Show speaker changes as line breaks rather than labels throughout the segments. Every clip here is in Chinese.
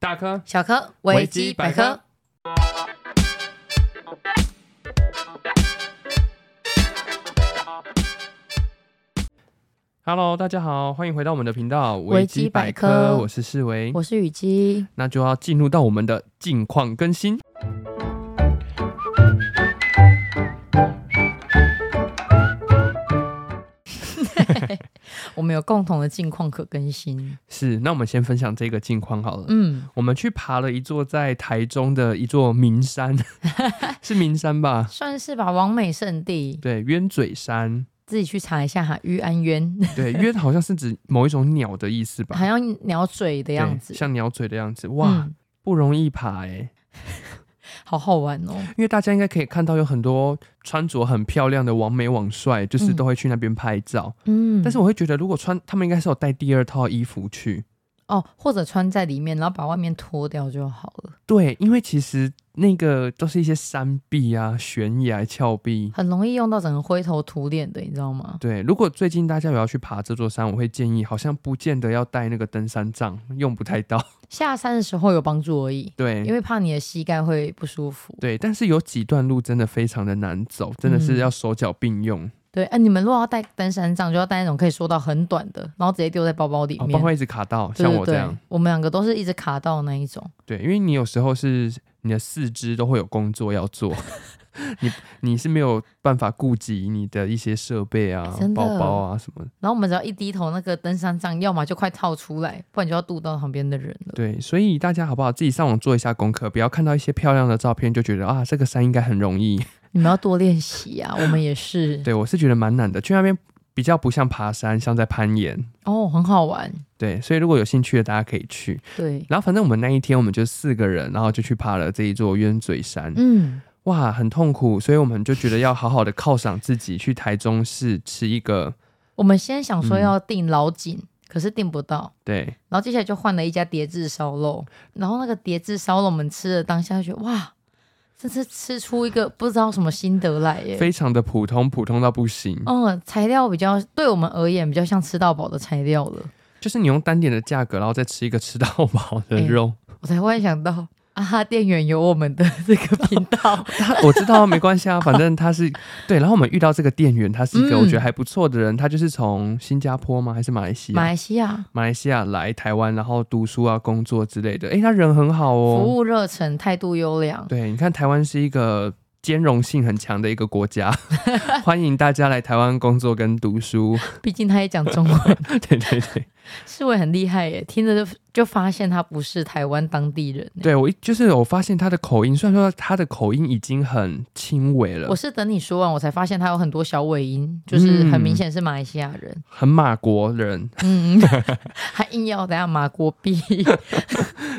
大科
小柯维
维
基
基百
百科
科。，Hello，大家好，欢迎回到我们的频道
维基百科
我是世维，
我是雨姬，
那就要进入到我们的近况更新。
我们有共同的近况可更新。
是，那我们先分享这个近况好了。
嗯，
我们去爬了一座在台中的一座名 山，是名山吧？
算是吧，完美圣地，
对，鸢嘴山。
自己去查一下哈，玉安渊，
对，鸢好像是指某一种鸟的意思吧？
好像鸟嘴的
对
样子。
像鸟嘴的样子。哇，
嗯
不容易爬哎、
好好玩哦。
因为大家应该可以看到有很多穿着很漂亮的王美网帅，就是
嗯
都会去那边拍照。
嗯，
但是我会觉得，如果穿他们应该是有带第二套衣服去。
哦，或者穿在里面，然后把外面脱掉就好了，
对，因为其实那个都是一些山壁啊、悬崖、峭壁。
很容易用到整个灰头土脸的，你知道吗？
对，如果最近大家有要去爬这座山，我会建议好像不见得要带那个登山杖，用不太 到。
下山的时候有帮助而已，
对，
因为怕你的膝盖会不舒服。
对，但是有几段路真的非常的难走，真的是
嗯
要手脚并用，
对，哎、你们如果要带登山杖，就要带那种可以缩到很短的，然后直接丢在包包里
哦，不
面。
然会一直卡到，
对
像
对
我这
对
样。，
我们两个都是一直卡到那一种。
对，因为你有时候是你的四肢都会有工作要做， 你你是没有办法顾及你的一些设备啊
哎真、的
包包啊什么的。
然后我们只要一低头，那个登山杖要么就快套出来，不然就要渡到旁边的人了。
对，所以大家好不好自己上网做一下功课，不要看到一些漂亮的照片就觉得啊这个山应该很容易。
你们要多练习啊，我们也是。
对我是觉得蛮难的，去那边比较不像爬山，像在攀岩。
哦，很好玩。
对，所以如果有兴趣的大家可以去。
对，
然后反正我们那一天我们就四个人，然后就去爬了这一座鸢嘴山，
嗯，
哇，很痛苦，所以我们就觉得要好好的犒赏自己，去台中市吃一个，
我们先想说要订老井，可是订不到。
对
然后接下来就换了一家叠字烧肉，然后那个叠字烧肉我们吃了当下就觉得哇，这次吃出一个不知道什么心得来耶。
非常的普通，普通到不行，
嗯，材料比较对我们而言比较像吃到饱的材料了。
就是你用单点的价格，然后再吃一个吃到饱的
哎
肉。
我才忽然想到 啊哈，店员有我们的这个频道，
我知道没关系啊，反正他是对。然后我们遇到这个店员，他是一个
嗯
我觉得还不错的人，他就是从新加坡吗？还是马来西
马
亚？
来西亚
马来西亚来台湾，然后读书啊、工作之类的。诶，他人很好哦，
服务热忱，态度优良。
对，你看台湾是一个兼容性很强的一个国 家，欢迎大家来台湾工作跟读 书。
毕竟他也讲中文，
对对对，
世伟很厉害耶，听着就就发现他不是台湾当地人耶。
对我一就是我发现他的口音，虽然说他的口音已经很轻微了
我，是等你说完，我才发现他有很多小尾音，就是很明显是马来西亚人。
很马国人，
嗯， 还硬要等下马国币。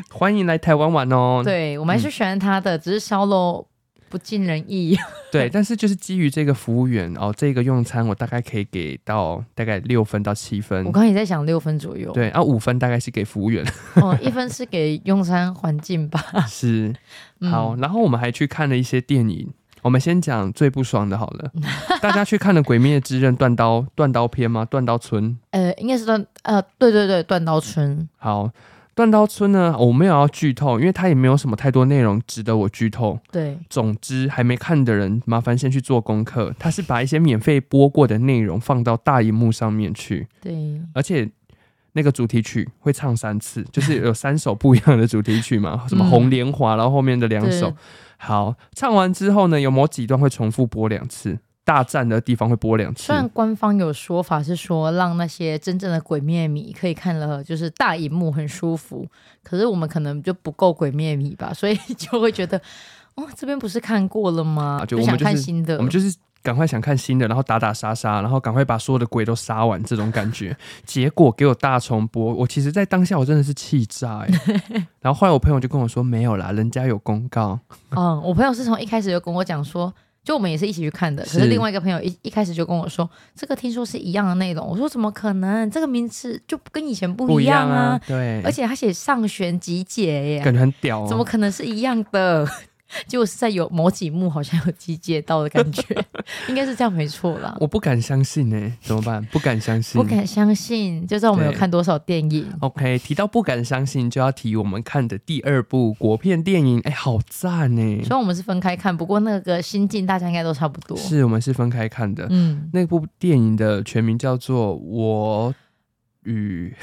欢迎来台湾玩哦。
对我们还是喜欢他的，只是烧肉不尽人意。
对但是就是基于这个服务员哦，这个用餐我大概可以给到大概六分到七
我
分。
刚才也在想六分左右，
对，啊，五分大概是给服务员，
哦，一分是给用餐环境吧。
是
嗯
好。，然后我们还去看了一些电影。我们先讲最不爽的好了，大家去看了《鬼灭之刃》断刀断刀篇吗？断刀村。
呃，应该是断呃，对对对，断刀村。
好，断刀村呢，哦我没有要剧透，因为它也没有什么太多内容值得我剧透。
对，
总之，还没看的人，麻烦先去做功课。它是把一些免费播过的内容放到大荧幕上面去，
对，
而且那个主题曲会唱三次， 就是有三首不一样的主题曲 嘛，什么《红莲华》，然后后面的两
嗯对
首。好，唱完之后呢，有某几段会重复播两次，大战的地方会播两次
虽。然官方有说法是说让那些真正的鬼灭迷可以看了就是大荧幕很舒服，可是我们可能就不够鬼灭迷吧，所以 就会觉得，哦，这边不是看过了吗？
啊就
不
我
想
们
看
就是
新的
我们。就是赶快想看新的，然后打打杀杀，然后赶快把所有的鬼都杀完，这种感 觉。结果给我大重播，我其实，在当下我真的是气炸、欸。 然后后来我朋友就跟我说，没有啦，人家有公告。
嗯，我朋友是从一开始就跟我讲说。就我们也是一起去看的，可是
是
另外一个朋友一一开始就跟我说，这个听说是一样的内容。我说怎么可能？这个名字就跟以前不一样啊！，
对，
而且他写上弦集结耶，
哎感觉很屌、哦。
怎么可能是一样的？ 结果是在有某几幕好像有集结到的感觉， 应该是这样没错啦。
我不敢相信呢、怎么办？不敢相信。
不敢相信，就知道我们有
对
看多少电影。
OK，提到不敢相信，就要提我们看的第二部国片电影，哎、好赞呢、
虽然我们是分开看，不过那个心境大家应该都差不多。
是我们是分开看的。
嗯，
那部电影的全名叫做《我与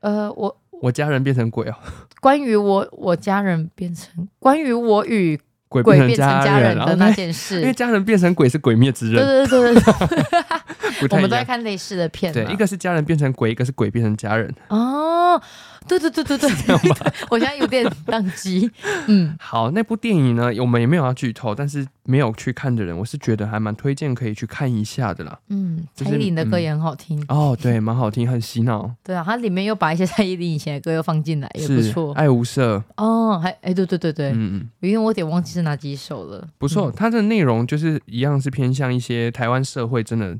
呃，我
我家人变成 鬼》哦，
关于我我家人变成关于我与
鬼
鬼
变成
变成家
人然
人的
后
那
呢
件事
因为，家人变成鬼是《鬼灭之
对
刃》，
对对对对，
不
我
太
们
一
都在
样。
看类似的片
对，
嘛
一个是家人变成鬼，一个是鬼变成家人。
哦，对对对对对， 我现在有点宕机。嗯，
好，那部电影呢，我们也没有要剧透，但是没有去看的人，我是觉得还蛮推荐可以去看一下的啦。
嗯，
就
蔡
是
依林的歌
嗯
也很好听。
哦，对，蛮好听，很洗脑，
对啊，它里面又把一些蔡依林以前的歌又放进来，也不
是
错。
爱无赦，
哦，还哎，对对对对，
嗯嗯，
因为我有点忘记是哪几首了。
不错。它的内容就是一样是偏向一些台湾社会真的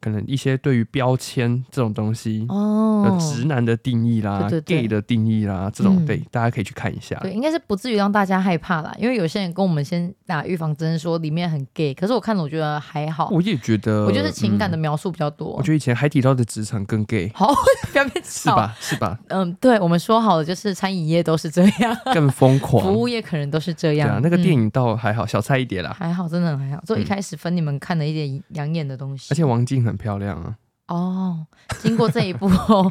可能一些对于标签这种东西。呃
哦，
直男的定义啦
对对对
g a y 的定义啦，这种
嗯
对，大家可以去看一下。
对，应该是不至于让大家害怕啦，因为有些人跟我们先打预防针说里面很 gay，可是我看了我觉得还好，
我也觉得，
我觉得是情感
嗯
的描述比较多。
我觉得以前海底捞的职场更 gay，
好， 不要被
是
吵。
吧？是吧？
嗯，对，我们说好了，就是餐饮业都是这样，
更疯狂。
服务业可能都是这
对
样。
啊，那个电
嗯
影倒还好，小菜一碟啦。
还好，真的很还好。就一开始分你们看了一点养眼的东西，
而且王静很漂亮啊，
哦，经过这一步后，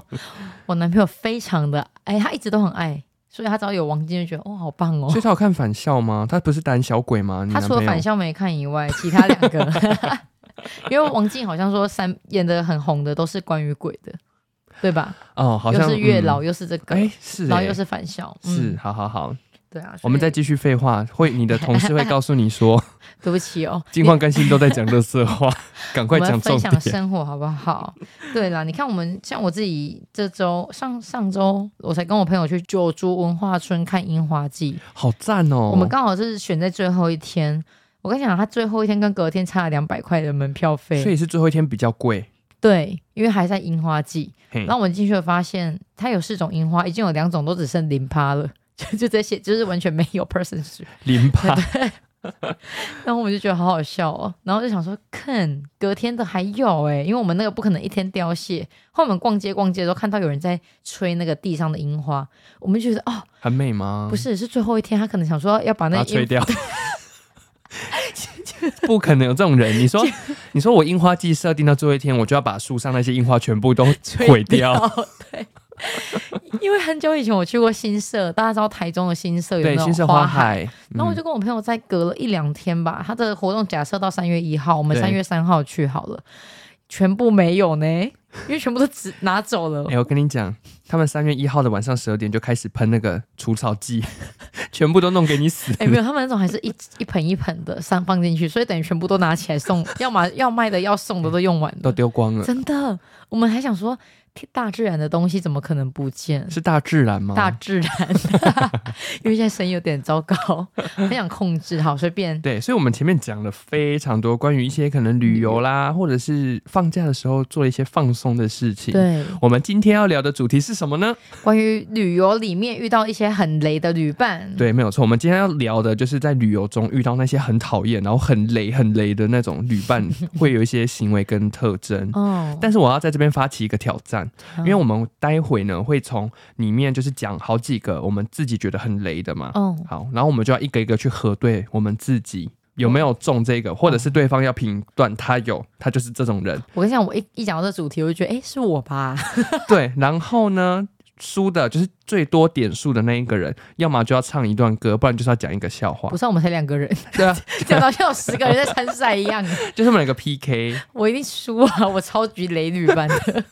我男朋友非常的爱，他一直都很爱，所以他只要有王晶就觉得哇、好棒哦
所以。他有看返校吗？他不是胆小鬼吗？你
他
男
除了
朋友
返校没看以外，其他两个， 因为王静好像说三演的很红的都是关于鬼的，对吧？
哦，好
又
像
是月老，
嗯
又是这个，
哎是
然后
哎
又是返校，
是，
嗯，
好好好，
对啊。所以
我们再继续废话，会你 的同事会告诉你说，
对不起哦，
近况更新都在讲乐色话， 赶
我
快
们
讲重
分享
点。
生活好不好？对啦，你看我们像我自己这周上上周，我才跟我朋友去九族文化村看樱花季，
好赞哦！
我们刚好是选在最后一天。我跟你讲，他最后一天跟隔天差了两百块的门票
所
费，
以是最后一天比较贵，
对，因为还在樱花季。
嘿
然，后我们进去了发现，它有四种樱花，已经有两种都只剩零趴了， 就就这些，就是完全没有 person 数。
零趴，
然后我们就觉得好好笑哦，然后就想说，看隔天的还有哎、因为我们那个不可能一天凋谢。后来我们逛街逛街的时候，看到有人在吹那个地上的樱花，我们就觉得哦，
很美吗？
不是，是最后一天，他可能想说要把那
把它
个
吹
樱
掉。不可能有这种人！你 说，你说我樱花季设定到最后一天，我就要把树上那些樱花全部都毁掉。。
对，因为很久以前我去过新社，大家知道台中的新社有那
对，
种
新社
花
花。海。
然后我
嗯
就跟我朋友再隔了一两天吧，他的活动假设到三月一号，我们
对
三月三号去好了，全部没有呢，因为全部都只拿走了
哎、。我跟你讲，他们三月一号的晚上十二点就开始喷那个除草剂， 全部都弄给你死。
哎、没有，他们那种还是一一盆一盆的上放进去，所以等于全部都拿起来送，要么要卖的要送的都用完
都
了，
丢光了，
真的。我们还想说，天大自然的东西怎么可能不见？
是大自然吗？
大自然， 因为现在生意有点糟糕， 很想控制好，随便。
对，所以我们前面讲了非常多关于一些可能旅游啦，
嗯
或者是放假的时候做一些放松的事情。，
对，
我们今天要聊的主题是什么呢？
关于旅游里面遇到一些很雷的旅伴，，
对，没有错，我们今天要聊的就是在旅游中遇到那些很讨厌，然后很雷、很雷的那种旅伴，会有一些行为跟特征。
哦，
但是我要在这边发起一个挑战，因为
嗯
我们待会呢会从里面就是讲好几个我们自己觉得很雷的嘛。
哦，
好，然后我们就要一个一个去核对我们自己有没
哦
有中这个，或者是对方要评断他有，他就是这种人。
我跟你讲，我一一讲到这主题，我就觉得，哎，是我吧？
对，然后呢？输的就是最多点数的那一个人，要么就要唱一段歌，不然就是要讲一个笑话
不。是，我们才两个人，
对啊，
讲到像有十个人在参赛一样，
就是我们两个 PK。
我一定输啊！我超级雷旅伴的，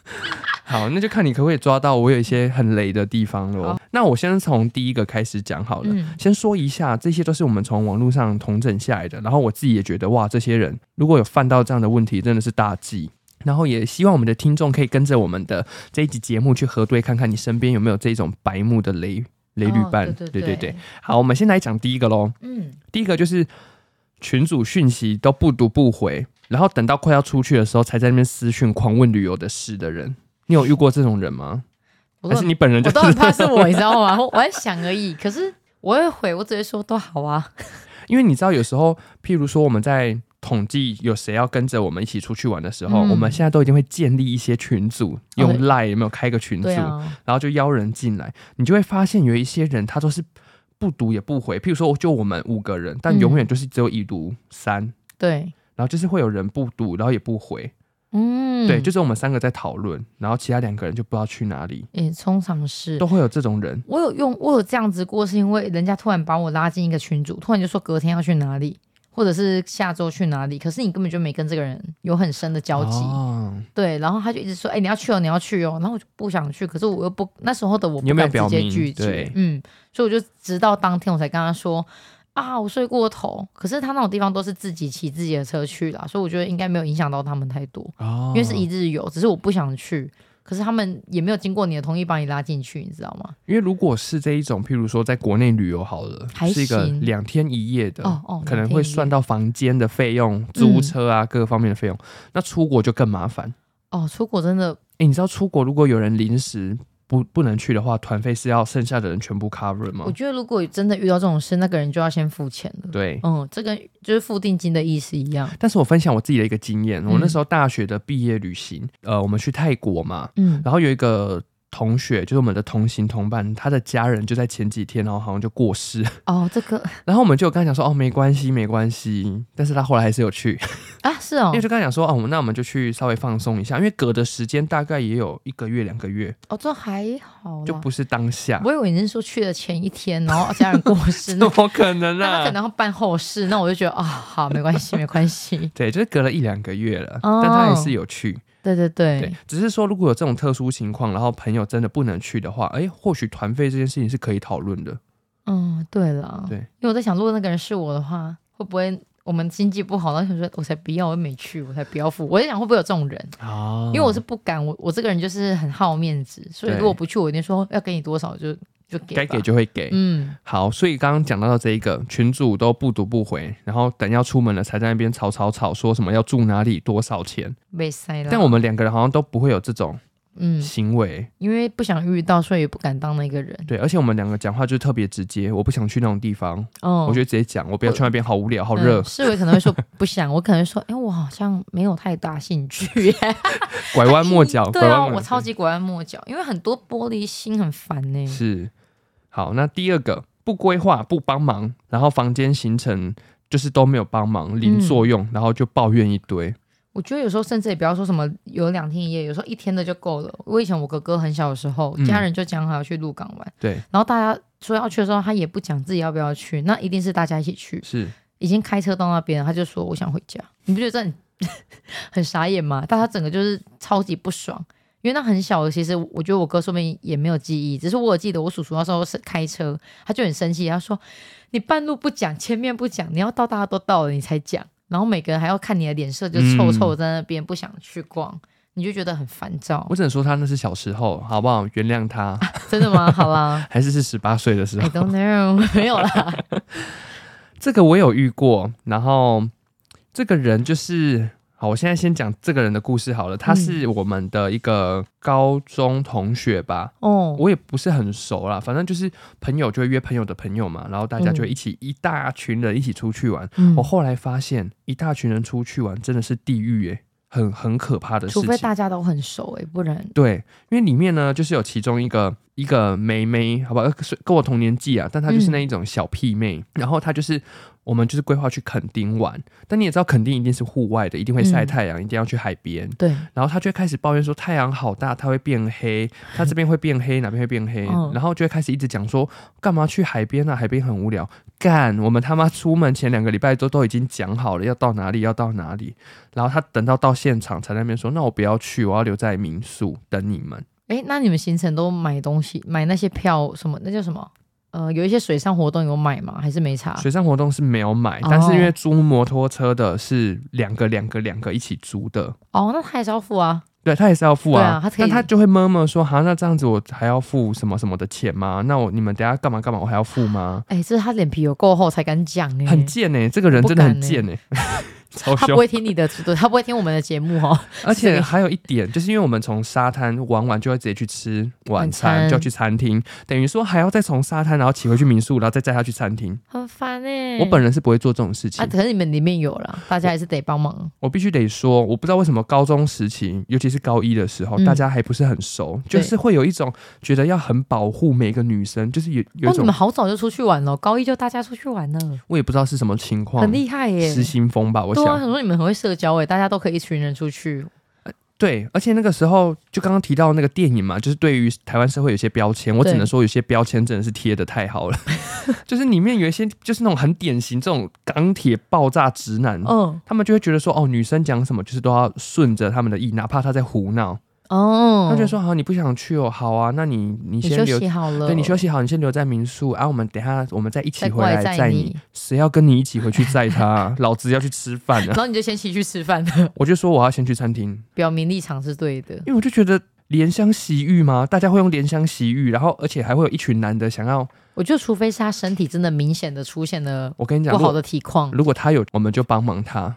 好，那就看你可不可以抓到我有一些很雷的地方咯。
好
那我先从第一个开始讲 好了。
嗯，
先说一下，这些都是我们从网络上统整下来的。然后我自己也觉得，哇，这些人如果有犯到这样的问题，真的是大忌。然后也希望我们的听众可以跟着我们的这一集节目去核对，看看你身边有没有这种白目的雷雷旅伴。
哦对
对
对
对好，我们先来讲第一个喽。
嗯，
第一个就是群主讯息都不读不回，然后等到快要出去的时候才在那边私讯狂问旅游的事的人，你有遇过这种人吗？
我
还
都
是你本人就
我
是
都？很怕是我，你知道吗？我我在想而已，可是我会回，我只会说都好啊，
因为你知道有时候，譬如说我们在统计有谁要跟着我们一起出去玩的时候，
嗯哦
我们现在都一定会建立一些群组，用 Line 有没有开个群组，
对啊，
然后就邀人进来，你就会发现有一些人他都是不读也不回，譬如说就我们五个人，
嗯
但永远就是只有已读三。
对，
然后就是会有人不读，然后也不回，
嗯，
对，就是我们三个在讨论，然后其他两个人就不知道去哪里，
也通常是
都会有这种人。
我有用，我有这样子过，是因为人家突然把我拉进一个群组，突然就说隔天要去哪里，或者是下周去哪里，可是你根本就没跟这个人有很深的交集，
哦
对，然后他就一直说，哎、你要去哦，你要去哦，然后我就不想去，可是我又不那时候的我
你有
不
没有
敢直
表
接
明
拒绝
对，
嗯，所以我就直到当天我才跟他说。啊，我睡过头。可是他那种地方都是自己骑自己的车去啦，所以我觉得应该没有影响到他们太多。
哦
因为是一日游，只是我不想去，可是他们也没有经过你的同意把你拉进去，你知道吗？
因为如果是这一种，譬如说在国内旅游好了，
还
是一个
行
两天一夜的，
哦哦，
啊可能
两天
会
一夜嗯
算到房间的费用、租车啊各个方面的费用。那出国就更麻烦。
哦，出国真的
诶，你知道出国如果有人临时不不能去的话，团费是要剩下的人全部 cover 吗
我？觉得如果真的遇到这种事，那个人就要先付钱了。
对。
嗯，这跟就是付定金的意思一样。
但是我分享我自己的一个经验，我
嗯
那时候大学的毕业旅行，呃，我们去泰国嘛，
嗯，
然后有一个同学，就是我们的同行同伴，他的家人就在前几天，然后好像就过世，
哦，这个
然后我们就有跟他讲说，哦，没关系，没关系。但是他后来还是有去，
啊是哦
因为就跟他讲说，哦，那我们就去稍微放松一下，因为隔的时间大概也有一个月、两个月，
哦，这还好啦
就不是当下，
我以为你是说去的前一天，然后家人过 世，那
怎么可能
那他可
啊？
能要办后事，那我就觉得啊、好，没 关系，没关系。
对，就是隔了一两个月了，
哦
但他还是有去。
对对对，
对，只是说如果有这种特殊情况，然后朋友真的不能去的话，哎，或许团费这件事情是可以讨论的。
嗯，对了，
对
因为我在想，如果那个人是我的话，会不会我们经济不好，然后想说，我才不要，我又没去，我才不要付。我在想，会不会有这种人？
哦
因为我是不敢，我我这个人就是很好面子，所以
对
如果不去，我一定说要给你多少就就给，
该给。就会给。
嗯，
好，所以刚刚讲到这一个群主都不读不回，然后等要出门了才在那边吵吵吵，说什么要住哪里多少钱。
被塞了。
但我们两个人好像都不会有这种
啊嗯，
行为，
因为不想遇到，所以也不敢当那个人。
对，而且我们两个讲话就是特别直接，我不想去那种地方，
哦，
我就直接讲，我不要去那边，好无聊，好
嗯
热，
世伟可能会说不想，我可能会说，哎、我好像没有太大兴趣。
拐弯抹角，
对
拐弯
啊，
抹角，
我超级拐弯抹角，因为很多玻璃心很烦呢、
是。好，那第二个不规划、不帮忙，然后房间行程就是都没有帮忙，零作
嗯
用，然后就抱怨一堆。
我觉得有时候甚至也不要说什么有两天一夜，有时候一天的就够了。我以前我哥哥很小的时候，
嗯
家人就讲好要去鹿港玩，
对，
然后大家说要去的时候，他也不讲自己要不要去，那一定是大家一起去。
是
已经开车到那边了，他就说我想回家，你不觉得这很 很傻眼吗？但他整个就是超级不爽，因为那很小的，其实我觉得我哥说明也没有记忆，只是我有记得我叔叔那时候是开车，他就很生气，他说你半路不讲，前面不讲，你要到大家都到了你才讲，然后每个人还要看你的脸色，就臭臭的在那边、不想去逛，你就觉得很烦躁
我，只能说他那是小时候，好不好？原谅 他。
真的吗？好啦
还是是十八岁的时
，I
候，
don't know，没有啦，
这个我有遇过。然后这个人就是，好，我现在先讲这个人的故事好了。他是我们的一个高中同学吧，
哦，
我也不是很熟啦，反正就是朋友就会约朋友的朋友嘛，然后大家就会一起、一大群人一起出去玩。
嗯
我后来发现，一大群人出去玩真的是地狱诶、很很可怕的事
除非
情。
大家都很熟哎、不然
对，因为里面呢，就是有其中一个一个妹妹，好吧，呃是跟我同年纪啊，但她就是那一种小屁妹。然后她就是我们就是规划去垦丁玩，但你也知道垦丁一定是户外的，一定会晒
嗯
太阳，一定要去海边。
对，
然后她就会开始抱怨说太阳好大，它会变 黑，它这边会变黑，哪边会变黑，
嗯
然后就会开始一直讲说干嘛去海边啊，海边很无聊。干，我们他妈出门前两个礼拜都都已经讲好了要到哪里要到哪里，然后她等到到现场才在那边说，那我不要去，我要留在民宿等你们。
哎，那你们行程都买东西，买那些票什么？那叫什么？呃，有一些水上活动有买吗？还是没查？
水上活动是没有买，
啊哦
但是因为租摩托车的是两个两个两个一起租的，
哦，那他也是要付啊。
对他也是要付
对
啊，
啊他可以
但他就会摸摸说，哈，那这样子我还要付什么什么的钱吗？那我你们等一下干嘛干嘛，我还要付吗？欸
哎，这是他脸皮有够厚才敢讲呢、
很贱呢、这个人真的很贱呢、欸超
他
凶
不。会听你的，对，他不会听我们的节目 哦。
而
这
且
个
还有一点，就是因为我们从沙滩玩完就要直接去吃晚
晚
餐，
餐
就要去餐厅，等于说还要再从沙滩然后骑回去民宿，然后再载他去餐厅。
很烦哎
我本人是不会做这种事情
啊，，可是你们里面有了，大家还是得帮忙。
我必须得说，我不知道为什么高中时期，尤其是高一的时候，
嗯
大家还不是很熟，
对
就是会有一种觉得要很保护每个女生，就是有有一，
哦你
种、
们好早就出去玩了，高一就大家出去玩了，
我也不知道是什么情况
很，厉害耶。
失心疯吧，我
对啊，
想
很多你们很会社交哎，大家都可以一群人出去。
对，而且那个时候就刚刚提到那个电影嘛，就是对于台湾社会有些标签，我只
对
能说有些标签真的是贴的太好了， 就是里面有一些就是那种很典型这种钢铁爆炸直男。
嗯，
他们就会觉得说，哦，女生讲什么就是都要顺着他们的意，哪怕她在胡闹，
哦，
他就说：“好，你不想去哦，好啊，那你你
你
先
休
留，
息好了，
对你休息好，你先留在民宿啊，我们等一下我们再一起
再
回
过来
来载
载
你。。谁要跟你一起回去载他 啊、老子要去吃饭
然
啊！
后你就先骑去吃饭，
我就说我要先去餐厅，
表明立场是对的。
因为我就觉得怜香惜玉嘛，大家会用怜香惜玉，然后而且还会有一群男的想要，
我觉得，除非是他身体真的明显的出现了
我跟你讲，
不
如
好
果
的体况，
如果他有，我们就帮忙 他。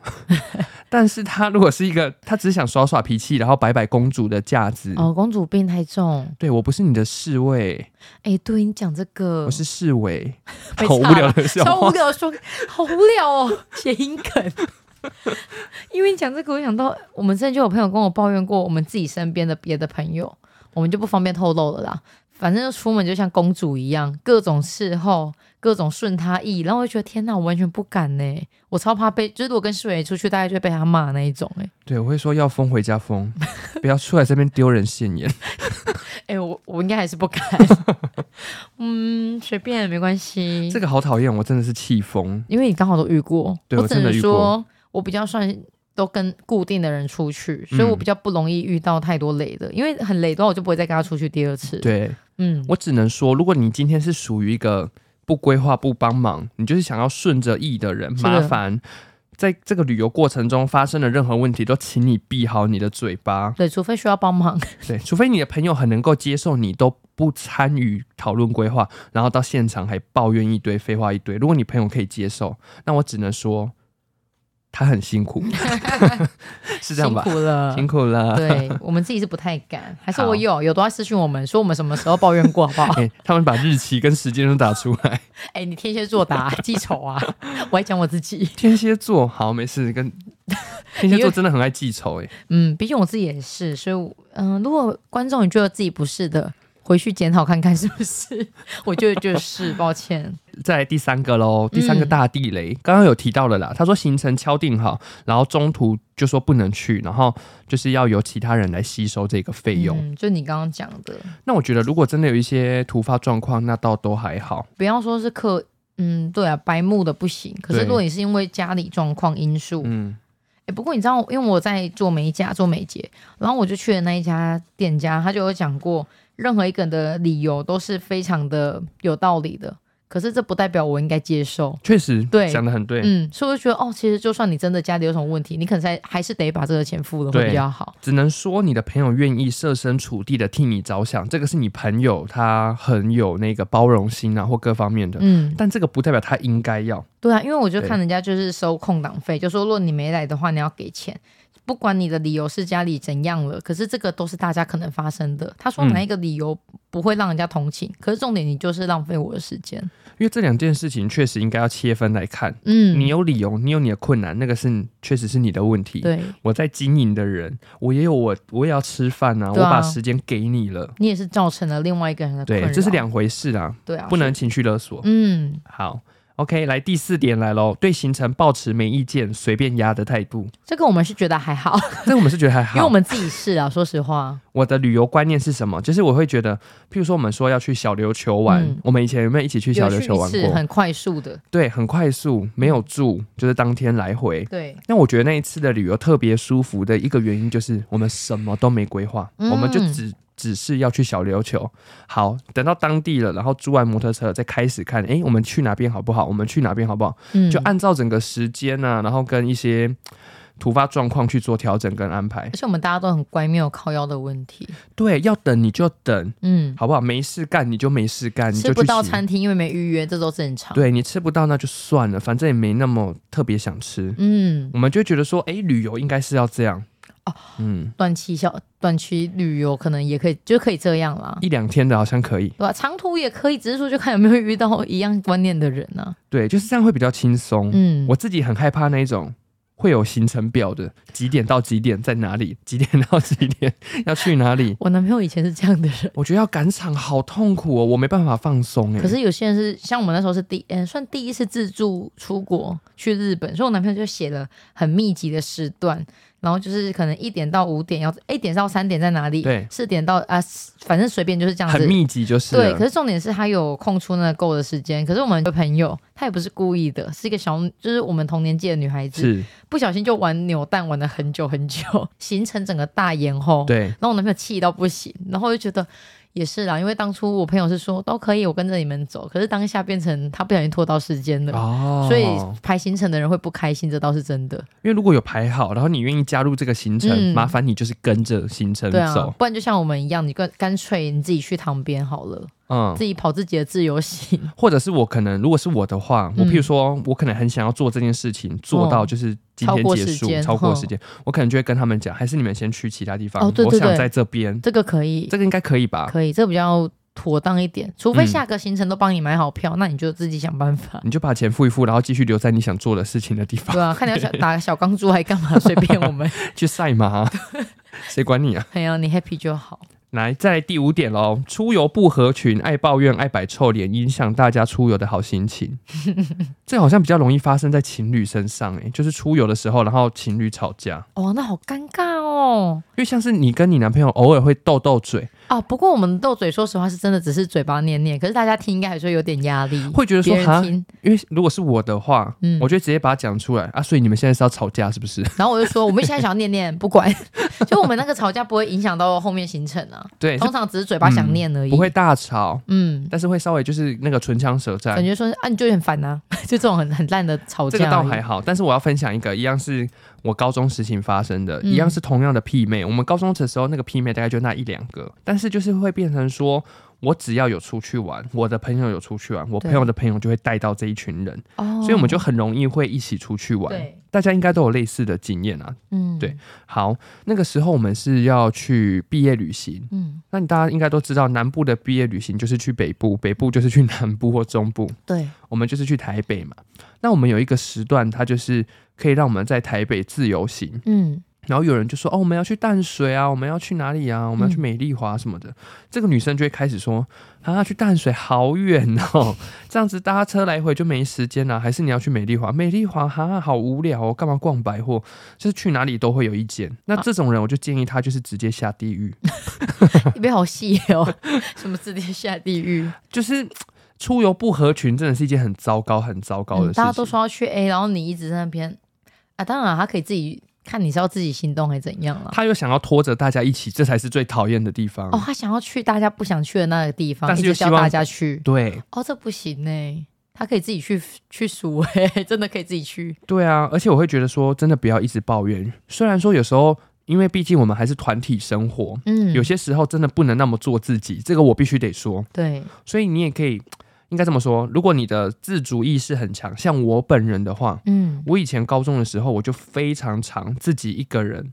但是他如果是一个，他只是想耍耍脾气，然后摆摆公主的架子。
哦，公主病太重。
对我不是你的侍卫，
哎，对你讲这个
我，是侍卫，
嗯 被
好无
插
聊
了
的笑
超
话
无。聊，说好无聊哦，谐音梗。因为你讲这个，我想到我们之前就有朋友跟我抱怨过，我们自己身边的别的朋友，我们就不方便透露了啦。反正就出门就像公主一样，各种侍候，各种顺他意，然后我就觉得天哪，我完全不敢呢、我超怕被，就是如果跟世伟出去，大概就会被他骂那一种、欸。
对，我会说要疯回家疯，不要出来这边丢人现 眼。
哎、我我应该还是不敢。嗯，随便没关系。
这个好讨厌，我真的是气疯。
因为你刚好都遇过，
对我
只能
真的遇
说
过
我比较算都跟固定的人出去，所以我比较
嗯
不容易遇到太多累的，因为很累的话，我就不会再跟他出去第二次。，
对
嗯，
我只能说，如果你今天是属于一个不规划、不帮忙，你就是想要顺着意的人，
是
麻
的
烦在这个旅游过程中发生的任何问题，都请你闭好你的嘴巴。
对，除非需要帮忙，
对，除非你的朋友很能够接受你都不参与讨论规划，然后到现场还抱怨一堆、废话一堆。如果你朋友可以接受，那我只能说他很辛 苦， 是这样
辛
吧？
苦了。
辛苦了。
对我们自己是不太敢，还是
好
我有有都在私讯我们说我们什么时候抱怨过，好不好？
哎、他们把日期跟时间都打出来。
哎、你天蝎座的、啊、记仇啊！我还讲我自己，
天蝎座，好，没事， 跟天蝎座真的很爱记仇、哎，
嗯，毕竟我自己也是，所以我嗯、如果观众你觉得自己不是的，回去检讨看看是不是，我觉得就是，抱歉。
再来第三个
嗯
喽，第三个大地雷，刚刚有提到了啦。他说行程敲定好，然后中途就说不能去，然后就是要由其他人来吸收这个费用。
嗯，就你刚刚讲的，
那我觉得，如果真的有一些突发状况，那倒都还好。
不要说是客，嗯，对啊，白目的不行。可是
对
如果你是因为家里状况因素，哎、
嗯，
不过你知道，因为我在做美甲、做美睫，然后我就去了那一家店家，他就有讲过，任何一个人的理由都是非常的有道理的。可是这不代表我应该接受。
确实，
对
讲的很对。
嗯，所以我就觉得，哦，其实就算你真的家里有什么问题，你可能才还是得把这个钱付了会
对
比较好。
只能说你的朋友愿意设身处地的替你着想，这个是你朋友他很有那个包容心啊，或各方面的。
嗯，
但这个不代表他应该要。
对啊，因为我就
对
看人家就是收空档费，就说如果你没来的话，你要给钱。不管你的理由是家里怎样了，可是这个都是大家可能发生的。他说
嗯
哪一个理由不会让人家同情，可是重点你就是浪费我的时间。
因为这两件事情确实应该要切分来看。
嗯，
你有理由，你有你的困难，那个是确实是你的问题。
对
我在经营的人，我也有我，我也要吃饭啊，我
对啊
把时间给你了，
你也是造成了另外一个人的困
对
扰。，
这是两回事啊，
对啊，
不能情绪勒索。
嗯，
好，OK，来第四点来喽，对行程保持没意见、随便压的态 度，
这个我们是觉得还好，
这我们是觉得还
因为我
好。
们自己是啊，说实话，
我的旅游观念是什么？就是我会觉得，譬如说我们说要去小琉球玩，
嗯
我们以前有没有一起 去小
有
琉
去
球
一
玩
次
过？
很嗯快速的，
对，很快速，没有住，就是当天来回。
对，
那我觉得那一次的旅游特别舒服的一个原因就是我们什么都没规划，
嗯
我们就只只是要去小琉球。好，等到当地了，然后租完摩托车再开始看，诶，我们去哪边好不好？我们去哪边好不好？
嗯，
就按照整个时间呢、啊，然后跟一些突发状况去做调整跟安排
而。且我们大家都很乖，没有靠腰的问题。
对，要等你就等，
嗯，
好不好？没事干你就没事干，你就
吃
去
不到
洗
餐厅，因为没预约，这都正常。，
对你吃不到那就算了，反正也没那么特别想吃。
嗯，
我们就会觉得说，哎，旅游应该是要这样
哦
嗯，
短期小短期旅游可能也可以，就可以这样啦，
一两天的好像可以，
对吧？长途也可以，只是说就看有没有遇到一样观念的人呢、
对，就是这样会比较轻松。
嗯，
我自己很害怕那一种会有行程表的，几点到几点在哪里， 几点到几点 要去哪里。
我男朋友以前是这样的人，
我觉得要赶场好痛苦哦，我没办法放松哎。
可是有些人是像我们那时候是第，嗯、算第一次自助出国去日本，所以我男朋友就写了很密集的时段，然后就是可能一点到五点要，一点到三点在哪里，
对
四点到啊，反正随便就是这样
很
子。
密集就是啊
对，可
了，
是重点是他有空出那个够的时间。可是我们的朋友，她也不是故意的，是一个小，就是我们同年纪的女孩子，
是，
不小心就玩扭蛋玩了很久很久， 行程整个大延后。
对，
然后我男朋友气到不行，然后我就觉得也是啦，因为当初我朋友是说都可以，我跟着你们走，可是当下变成他不小心拖到时间了，
哦，
嗯所以排行程的人会不开心，这倒是真的。
因为如果有排好，然后你愿意加入这个行程，
嗯
麻烦你就是跟着行程
对啊
走，，
不然就像我们一样，你干干脆你自己去旁边好了，
嗯，
自己跑自己的自由行。
或者是我可能如果是我的话，我
嗯哦
譬如说，我可能很想要做这件事情，做到就是今天结
超过时
束，
间
超过时间，我可能就会跟他们讲，还是你们先去其他地方，
哦对对
我想
对
在这边，
这个可以，
这个应该可以吧？
可以，这比较妥当一点。除非
嗯
下个行程都帮你买好票，那你就自己想办法。
你就把钱付一付，然后继续留在你想做的事情的地方
对啊，看你要想打小钢珠还干嘛， 随便我们。
去赛 马，谁管你啊？
哎呀，你 happy 就好。
来，再来第五点喽，出游不合群，爱抱怨，爱摆臭脸，影响大家出游的好心 情。这好像比较容易发生在情侣身上、欸，就是出游的时候，然后情侣吵架，
哦，那好尴尬哦。
因为像是你跟你男朋友偶尔会斗斗嘴，
啊，不过我们斗嘴，说实话是真的只是嘴巴念念，可是大家听应该还是会有点压力，
会觉得说
别人
哈
听，
因为如果是我的话，
嗯
我就直接把它讲出来啊。所以你们现在是要吵架是不是？
然后我就说我们现在想要念念，不管， 就我们那个吵架不会影响到后面行程 啊，
对，
通
是
常只是嘴巴想念而已，
不会，大吵，
嗯，
但是会稍微就是那个唇枪舌战
感。觉说啊你就很烦啊， 就这种很很烂的吵
这
架，
个倒还，
嗯
好，但是我要分享一个，一样是我高中时期发生的，
嗯
一样是同样的媲美。我们高中的时候，那个媲美大概就那一两个，但是就是会变成说，我只要有出去玩，我的朋友有出去玩，我
对
朋友的朋友就会带到这一群人，
哦，
所以我们就很容易会一起出去玩。
对，
大家应该都有类似的经验啊。
嗯，
对，好，那个时候我们是要去毕业旅行，
嗯，
那你大家应该都知道，南部的毕业旅行就是去北部，北部就是去南部或中部。
对，
我们就是去台北嘛。那我们有一个时段，它就是可以让我们在台北自由行。
嗯，
然后有人就说：“哦，我们要去淡水啊，我们要去哪里啊？我们要去
嗯
美丽华什么的。这个女生就会开始说：“啊，去淡水好远哦， 这样子搭车来回就没时间啊了、还是你要去美丽华？美丽华哈、好无聊哦，干嘛逛百货？就是去哪里都会有意见。
啊
那这种人，我就建议他就是直接下地狱，
里面好细哦， 什么直接下地狱，
就是。”出游不合群真的是一件很糟糕、很糟糕的
嗯
事情。
大家都说要去 A，然后你一直在那边啊，当然他可以自己看你是要自己行动还是怎样了。
他又想要拖着大家一起，这才是最讨厌的地方。
哦，他想要去大家不想去的那个地方，
但是
一
又
直
希
叫
望
大家去。
对
哦，这不行呢、欸他可以自己去去数哎、 真的可以自己去。
对啊，而且我会觉得说，真的不要一直抱怨。虽然说有时候，因为毕竟我们还是团体生活，
嗯，
有些时候真的不能那么做自己，这个我必须得说。
对，
所以你也可以应该这么说，如果你的自主意识很强，像我本人的话，
嗯，
我以前高中的时候，我就非常常自己一个人。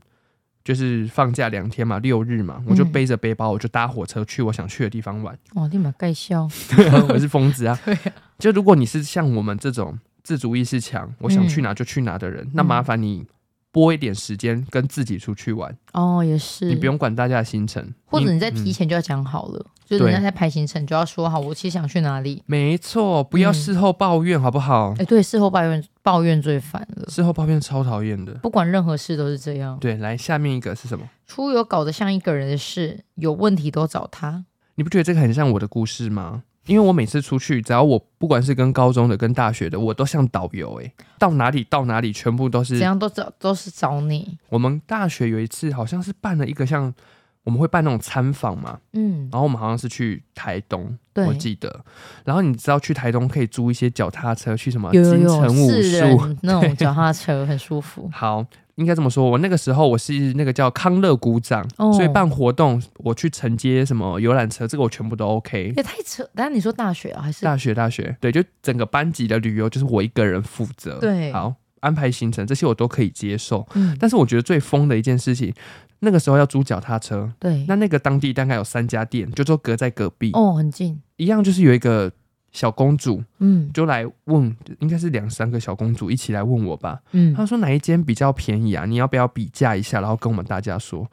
就是放假两天嘛，六日嘛，我就
嗯
背着背包，我就搭火车去我想去的地方玩。
哇，哦立马盖笑。
我是疯子啊！
对
就如果你是像我们这种自主意识强，我想
嗯
去哪就去哪的人，那麻烦你拨一点时间跟自己出去玩，
哦，也是，
你不，用管大家的行程，
或者你在
嗯
提前就要讲好了，就是
对
人家在排行程就要说好，我其实想去哪里。
没错，不要
嗯
事后抱怨，好不好？
哎、对，事后抱怨抱怨最烦了，
事后抱怨超讨厌的。
不管任何事都是这样。
对，来下面一个是什么？
出游搞得像一个人的事，有问题都找他。
你不觉得这个很像我的故事吗？因为我每次出去，只要我不管是跟高中的、跟大学的，我都像导游诶、到哪里到哪里，全部都是
怎样都找都是找你。
我们大学有一次好像是办了一个像我们会办那种参访嘛，
嗯，
然后我们好像是去台东，
对
哦我记得。然后你知道去台东可以租一些脚踏车去什么
有有
金
有
城武
四
术。
人那种脚踏车很舒服。
好，应该这么说，我那个时候我是那个叫康乐股长，
哦
所以办活动我去承接什么游览车，这个我全部都 OK。
也太扯。但是你说大学啊，还 是
大学大学，对，就整个班级的旅游就是我一个人负责。
对
好安排行程这些我都可以接受，
嗯，
但是我觉得最疯的一件事情，那个时候要租脚踏车，
对，
那那个当地大概有三家店，就都隔在隔壁，
哦，很近，
一样就是有一个小公主
嗯
就来问，应该是两三个小公主一起来问我吧，
嗯，
他说哪一间比较便宜啊？你要不要比价一下，然后跟我们大家说？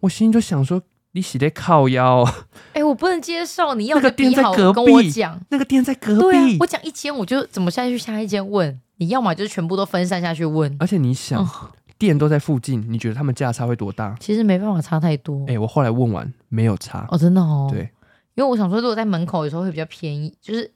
我心里就想说，你洗在靠腰，
哎，我不能接受，你要
那个
就比
店在
好
隔
跟我
壁
讲，
那个店在隔
对啊
壁，，
我讲一间我就怎么下去下一间问，你要么就是全部都分散下去问，
而且你想，
哦
店都在附近，你觉得他们价差会多大？
其实没办法差太多
哎、，我后来问完没有差，
哦，真的哦，
对，
因为我想说，如果在门口有时候会比较便宜，就是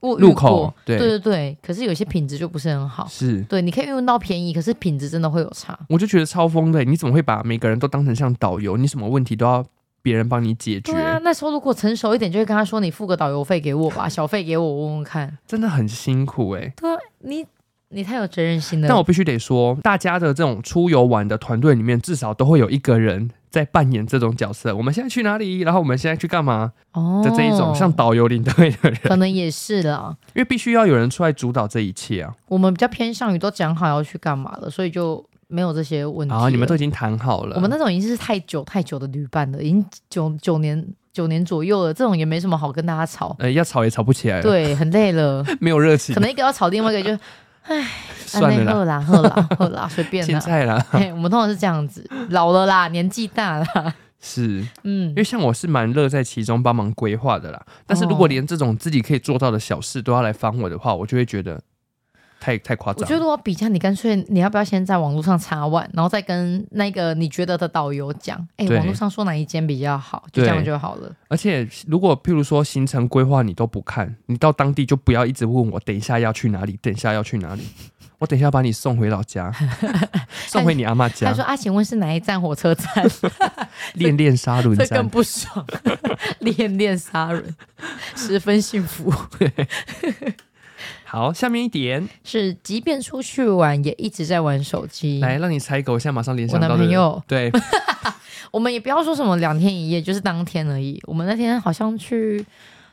我遇
入口
过
哦对
对对对，可是有些品质就不是很好，
是。
对，你可以运用到便宜，可是品质真的会有差，
我就觉得超疯的，你怎么会把每个人都当成像导游？你什么问题都要别人帮你解决，
对啊，那时候如果成熟一点，就会跟他说：“你付个导游费给 我吧，小费给我，我问问看。
真的很辛苦哎、”
对啊，你你太有责任心了。
但我必须得说，大家的这种出游玩的团队里面，至少都会有一个人在扮演这种角色。我们现在去哪里？然后我们现在去干嘛
哦
的这一种，像导游领队的人，
可能也是啦。
因为必须要有人出来主导这一切啊。
我们比较偏向于都讲好要去干嘛了，所以就没有这些问题
然
了。
啊后你们都已经谈好了，
我们那种已经是太久太久的旅伴了，已经九九年九年左右了，这种也没什么好跟大家吵。
呃要吵也吵不起来了，
对，很累 了，
没有热情
可，能一个要吵，另外一个就 哎
算了啦，
喝啦喝啦 喝啦，随便
现
啦。
在啦，
嘿，我们通常是这样子，老了 啦，年纪大啦，
是。
嗯
因为，像我是蛮乐在其中帮忙规划的啦，但是如
哦
果连这种自己可以做到的小事都要来烦我的话，我就会觉得太太夸
我
张
觉得
了。
我比较，你干脆你要不要先在网络上查完，然后再跟那个你觉得的导游讲，哎、
对
网络上说哪一间比较好，就这样
对
就好了。
而且如果譬如说行程规划你都不看，你到当地就不要一直问我等一下要去哪里，等一下要去哪里， 我等一下把你送回老 家，送回你阿妈
他
家
说，啊，请问是哪一站火 车站？
练练沙轮
这
战
更。不爽， 恋恋杀人，十分幸 福。
好，下面一点，
是，即便出去玩，也一直在玩手机。
来让你猜一个，我现在马上联
嗯我
想
男
到的
朋
人，
友，
对，
我们也不要说什么两天一夜，就是当天而已。我们那天好像去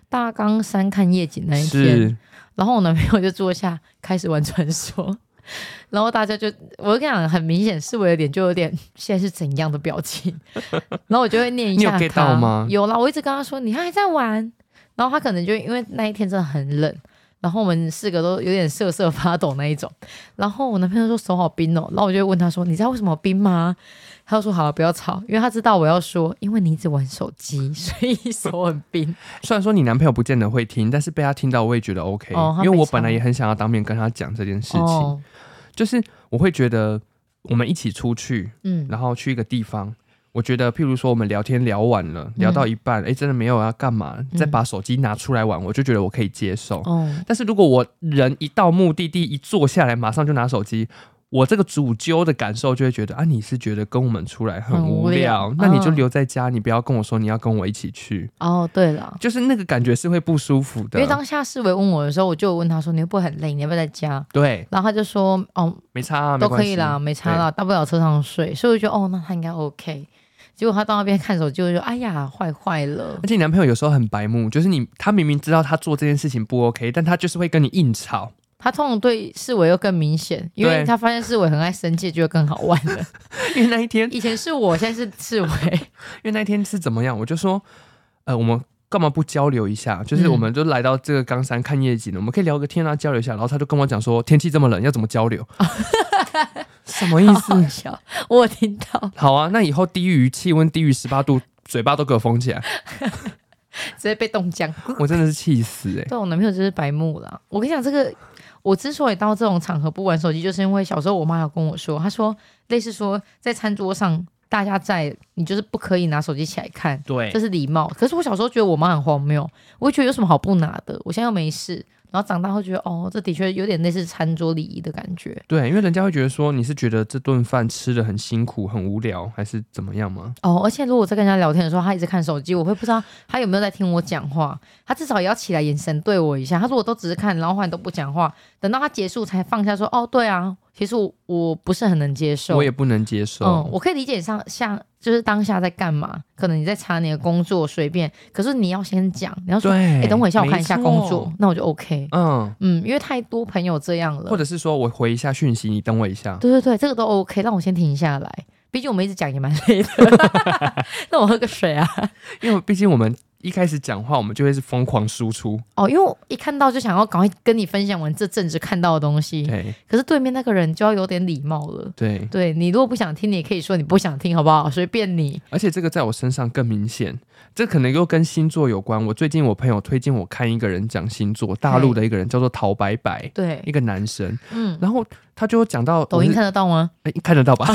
大冈山看夜景那一天，
是
然后我男朋友就坐下开始玩传说， 然后大家就我跟你讲，很明显思维的脸就有点现在是怎样的表情， 然后我就会念一下
你有 get
他
到吗
有啦，我一直跟他说你还在玩，然后他可能就因为那一天真的很冷。然后我们四个都有点瑟瑟发抖那一种，然后我男朋友说手好冰哦，然后我就会问他说你知道为什么冰吗？他就说好了不要吵，因为他知道我要说，因为你一直玩手机，所以手很冰。
虽然说你男朋友不见得会听，但是被他听到我也觉得 OK，、
哦他
因为
没
我
差
本来也很想要当面跟他讲这件事情，
哦，
就是我会觉得我们一起出去，
嗯，
然后去一个地方。我觉得，譬如说，我们聊天聊完了，聊到一
嗯
半，哎、真的没有要干嘛，再把手机拿出来玩，我就觉得我可以接受。
哦，
但是如果我人一到目的地，一坐下来马上就拿手机，我这个主揪的感受就会觉得啊，你是觉得跟我们出来很
很无
无聊，
聊
那你就
嗯
留在家，你不要跟我说你要跟我一起去，
哦，对了，
就是那个感觉是会不舒服
因为
的。
当下世伟问我的时候，我就有问他说：“你会不会很累？你要不要在家
对？”，
然后他就说：“哦，
没差、啊，没
都
关
可
系
以啦，没差啦，大不了车上睡。”所以我就觉得：“哦，那他应该 OK。”结果他到那边看手机，我就说：“哎呀，坏坏了
而。且你男朋友有时候很白目，就是你他明明知道他做这件事情不 OK，但他就是会跟你硬吵。”
他通常对世伟又更明显，因为
对
他发现世伟很爱生气，就会更好玩了。
因为那一天，因
以前是我，现在是世伟。
为那一天是怎么样，我就说，呃，我们干嘛不交流一下？
嗯
就是我们就来到这个冈山看夜景了，我们可以聊个天啊，交流一下。然后他就跟我讲说，天气这么冷，要怎么交 流？什么意
好好
思？
笑，我有听到
好啊，那以后低于气温低于十八度，嘴巴都给我封起来，
直接被冻僵。
我真的是气死哎、
对我男朋友就是白目啦。我跟你讲，这个我之所以到这种场合不玩手机，就是因为小时候我妈有跟我说，她说类似说在餐桌上大家在，你就是不可以拿手机起来看，
对
这是礼貌。可是我小时候觉得我妈很荒谬，我会觉得有什么好不拿的，我现在又没事。然后长大后觉得，哦，这的确有点类似餐桌礼仪的感觉。
对，因为人家会觉得说你是觉得这顿饭吃的很辛苦、很无聊，还是怎么样吗？
哦，而且如果我在跟人家聊天的时候，他一直看手机，我会不知道他有没有在听我讲话。他至少也要起来眼神对我一下。他如果都只是看，然后后来都不讲话，等到他结束才放下说：“哦，对啊，其实我我不是很能接受。
我也不能接受。
嗯，我可以理解上像就是当下在干嘛，可能你在查你的工作随便，可是你要先讲，你要说，
对，
哎、等我一下，我看一下工
没
作
错。，
那我就 OK。
嗯，
嗯，因为太多朋友这样了，
或者是说我回一下讯息，你等我一下。
对对对，这个都 OK，让我先停下来。毕竟我们一直讲也蛮 累的，那我喝个水啊。
因为毕竟我们一开始讲话，我们就会是疯狂输出。
哦，因为我一看到就想要赶快跟你分享完这阵子看到的东西，
对
可是对面那个人就要有点礼貌了。
对，
对你如果不想听，你也可以说你不想听，好不好？随便你。
而且这个在我身上更明显，这可能又跟星座有关。我最近我朋友推荐我看一个人讲星座，大陆的一个人叫做陶白白，一
对，
个男生，
嗯，
然后他就讲到
抖音看得 到吗？
哎看得到吧，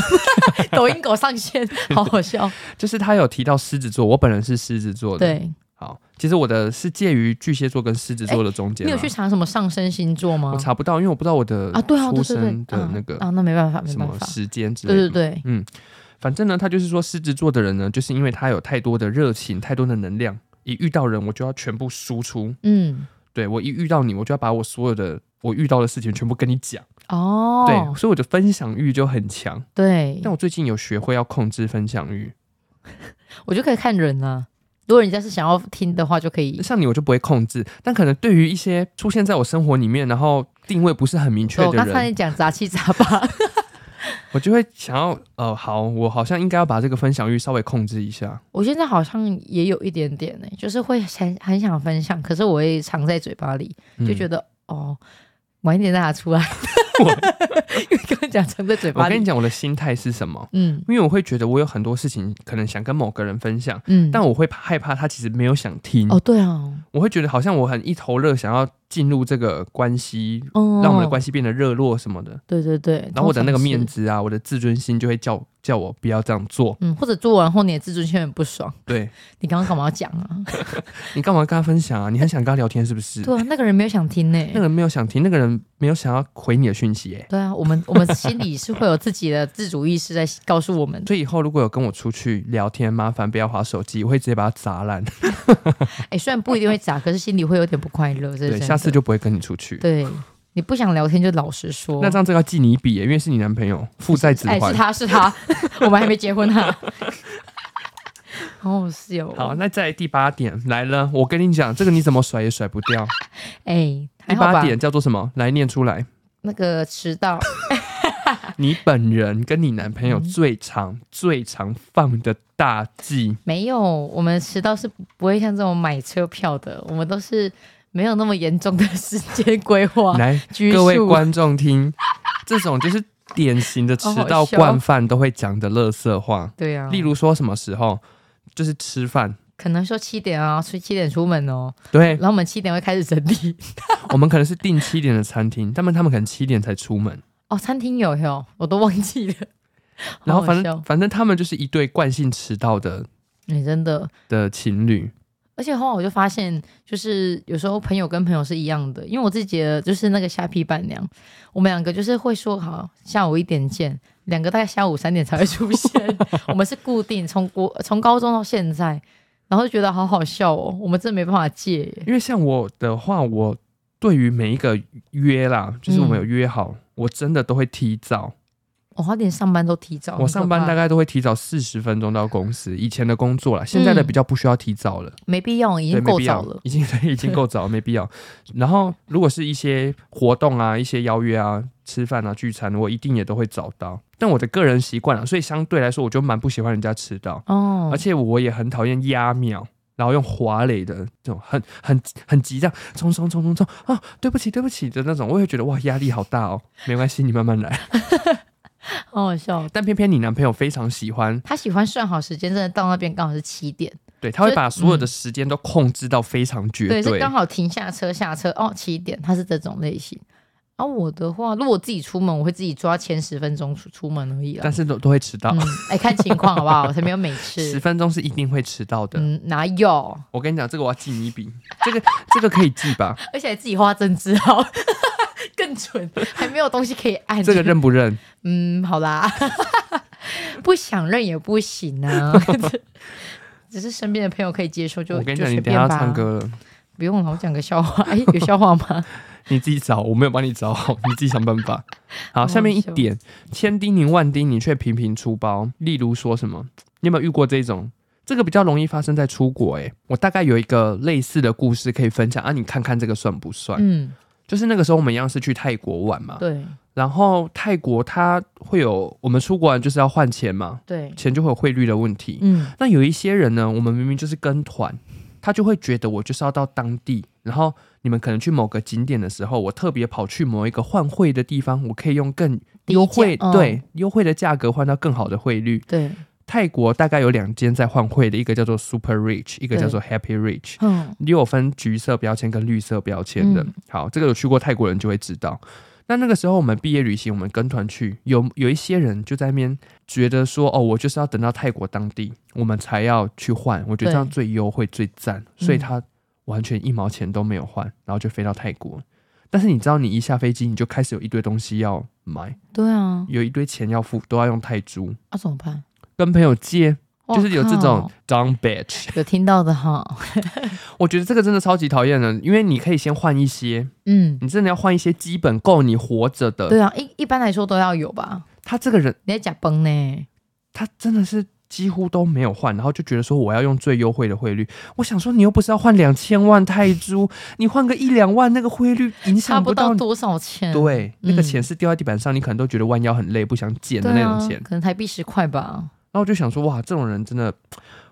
抖音狗上线，好好笑。
就是他有提到狮子座，我本人是狮子座的。，
对，
好，其实我的是介于巨蟹座跟狮子座的中间
你
啦。
有去查什么上升星座吗
我？查不到，因为我不知道我的
啊，对啊，
出
对对对
生，的那个
啊啊，那没办法，没
什
办
么
法。
时间之类
对
的。
对对，
反正呢，他就是说狮子座的人呢，就是因为他有太多的热情、太多的能量，一遇到人我就要全部输出。
嗯，
对我一遇到你，我就要把我所有的我遇到的事情全部跟你讲。
哦，
对，所以我的分享欲就很强。
对
但我最近有学会要控制分享欲，
我就可以看人啊。如果人家是想要听的话，就可以。
像你我就不会控制，但可能对于一些出现在我生活里面，然后定位不是很明确
对我
的
哦刚才
人，
你讲杂七杂八，
我就会想要呃，好，我好像应该要把这个分享欲稍微控制一下。
我现在好像也有一点点呢、就是会很很想分享，可是我会藏在嘴巴里，就觉
得、
得、哦，晚一点再拿出来。因为刚刚讲藏在嘴
我
巴
跟
里
你，讲我的心态是什么，
嗯
因为我会觉得我有很多事情可能想跟某个人分享。
嗯，
但我会害怕他其实没有想听，
哦对啊，
我会觉得好像我很一头热，想要进入这个关系，
哦，
让我们的关系变得热络什么的。
对对对，
然后我的那个面
子。
子啊，我的自尊心就会叫叫我不要这样做。
嗯，或者做完后你的自尊心很不爽，
对
你刚刚干嘛要讲 啊？
你干嘛跟他分享啊？你很想跟他聊天是不是？
对啊，那个人没有想听呢、
那个人没有想听，那个人没有想要回你的讯息、耶。
对啊，我们我们心里是会有自己的自主意识在告诉我们，
所以以后如果有跟我出去聊天，麻烦不要划手机，我会直接把它砸烂。
哎、虽然不一定会砸，可是心里会有点不快乐。这
对，
是真的
下次就不会跟你出去。
对你不想聊天就老实说。
那这样这个要记你一笔耶、因为是你男朋友，父债子
哎、
还
是。他是他， 我们还没结婚呢、好好笑哦。
好，那再来第八点来了，我跟你讲，这个你怎么甩也甩不掉。
哎、
第
还好
八
吧？
点叫做什么？来念出 来。
那个迟到，
你本人跟你男朋友
嗯
最常、最常犯的大忌，
没有，我们迟到是不会像这种买车票的，我们都是没有那么严重的时间规划。
来
拘
各位
束
观众听， 这种就是典型的迟到惯犯都会讲的垃圾话，
对啊，
例如说什么时候就是吃饭，
可能说七点啊，所以七点出门哦，
对
然后我们七点会开始整理。
我们可能是订七点的餐厅，他们他们可能七点才出门，
哦，餐厅有有，我都忘记了。
然后
好好
反正
笑
反正他们就是一对惯性迟到的
你、真的，
的情侣，
而且后来我就发现，就是有时候朋友跟朋友是一样的，因为我自己的就是那个虾皮伴娘，我们两个就是会说好下午一点见，两个大概下午三点才会出现， 我们是固定从国从高中到现在，然后就觉得好好笑哦，我们真的没办法戒耶。
因为像我的话，我对于每一个约啦，就是我们有约好，我真的都会提早。
我花点上班都提早，
我上班大
概
概都会提早四十分钟到公司，以前的工作啦，现在的比较不需要提早了，
没必要，已
对，
经
没
够
必要
早了，
已经 对，已经够早，没必要。然后如果是一些活动啊、一些邀约啊、吃饭啊、聚餐，我一定也都会早到。但我的个人习惯啊，所以相对来说，我就蛮不喜欢人家迟到，
哦
而。且我也很讨厌压秒。然后用华磊的这种很很很急这样冲冲冲冲冲啊，对不起对不起的那种，我也会觉得哇压力好大哦。没关系，你慢慢来。
好好笑。哦
但偏偏你男朋友非常喜欢
他喜欢算好时间，真的到那边刚好是七点，
对，他会
就
把所有的时间都控制到非常绝
嗯对，
对。
是刚好停下车下车哦，七点，他是这种类型。而、我的话，如果我自己出门，我会自己抓前十分钟出出门而已啦
但。是都都会迟到
嗯，，哎、看情况好不好？我 才没有每
十、
次。
分钟是一定会迟到的。
嗯，哪有？
我跟你讲，这个我要记你一笔，这个这个可以记 吧？
而且还自己花针织好， 更蠢，还没有东西可以按。
这个认不认？
嗯，好啦， 不想认也不行啊。 只是身边 的朋友可以接受就，
我跟你
就
讲，你
随
等一
便
下要
吧。
唱歌了，
不用了，我讲个笑话。哎、有笑话吗？
你自己找，我没有帮你找 好，你自己想办 法。好，下面一点，千叮咛万叮咛却频频出包。例如说什么，你有没有遇过这种？这个比较容易发生在出国、欸。诶，我大概有一个类似的故事可以分享啊，你看看这个算不算？
嗯，
就是那个时候我们一样是去泰国玩嘛，
对
然后泰国它会有我们出国玩就是要换钱嘛，
对，
钱就会有汇率的问题。
嗯
那有一些人呢，我们明明就是跟团，他就会觉得我就是要到当地，然后你们可能去某个景点的时候，我特别跑去某一个换汇的地方，我可以用更
低
优惠哦
价嗯
对优惠的价格换到更好的汇率。
对，
泰国大概有两间在换汇的，一个叫做 Super Rich，一个
对
叫做 Happy Rich。
嗯
也有分橘色标签跟绿色标签的。
嗯
好，这个有去过泰国人就会知道。那那个时候我们毕业旅行，我们跟团去，有有一些人就在那边觉得说，哦，我就是要等到泰国当地，我们才要去换，我觉得
对
这样最优惠最赞，所以
嗯
他完全一毛钱都没有换，然后就飞到泰国。但是你知道，你一下飞机你就开始有一堆东西要买，
对啊，
有一堆钱要付，都要用泰铢，
那、怎么办？
跟朋友借，
哇
就是有这种
靠
down bitch。
有听到的哈，
我觉得这个真的超级讨厌的，因为你可以先换一些，
嗯，
你真的要换一些基本够你活着的。
对啊，一一般来说都要有吧？
他这个人，
你在假崩呢？
他真的是几乎都没有换，然后就觉得说我要用最优惠的汇率。我想说，你又不是要换两千万泰铢，你换个一两万，那个汇率影
差
响
不
到
到
你。
多少钱？
对，那个
嗯
钱是掉在地板上，你可能都觉得弯腰很累，不想捡的
对
那
啊
种钱。，
可能台币十块吧。
然后我就想说，哇，这种人真的，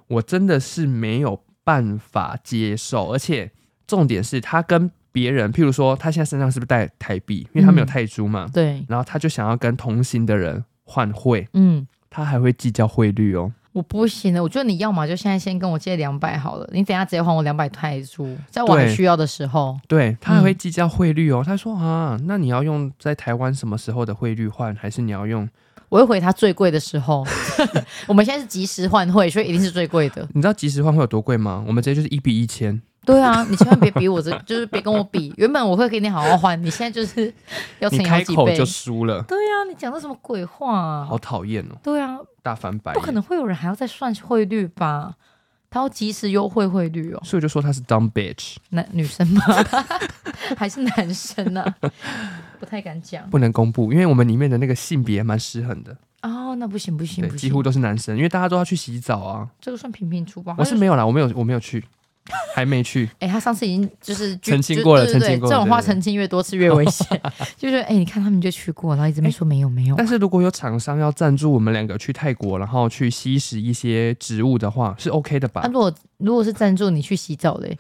我真的是没有办法接受。而且重点是他跟别人，譬如说他现在身上是不是带台币，因为他没有
嗯
泰铢嘛，
对，
然后他就想要跟同行的人换汇，
嗯，
他还会计较汇率哦。
我不行的，我觉得你要嘛就现在先跟我借两百好了，你等一下直接还我两百泰铢，在我还
对
需要的时候，
对他还会
嗯
计较汇率哦。他说啊，那你要用在台湾什么时候的汇率换，还是你要用？
我会回他最贵的时 候。我们现在是即时换汇，所以一定是最贵的。
你知道即时换会有多贵吗？我们直接就是一比一千。
对啊，你千万别比我这，就是别跟我比。原本我会给你好好换，你现在就是要乘
你
以好
开
几
口
倍。
就输了，
对啊，你讲的什么鬼话啊
好？讨厌哦，
对啊，
大翻白
不可
眼。
能会有人还要再算汇率吧？他要即时优惠汇率哦，
所以我就说他是 dumb bitch，
男女生 吗？还是男生呢、啊？不太敢讲
不能公布，因为我们里面的那个性别蛮失衡的，
哦，那不行不行
对，
不行，
几乎都是男生，因为大家都要去洗澡啊。
这个算频频出包。
我是没有啦，我没有，我没有去，还没去。
哎、他上次已经 就是就
澄清过了
就对对对
澄清过了
这种话
对对对
澄清越多次越危险。 就是哎、你看他们就去过，然后一直没说没有 没有。啊
但是如果有厂商要赞助我们两个去泰国，然后去吸食一些植物的话，是 OK 的吧？
啊，如果如果是赞助你去洗澡的、哎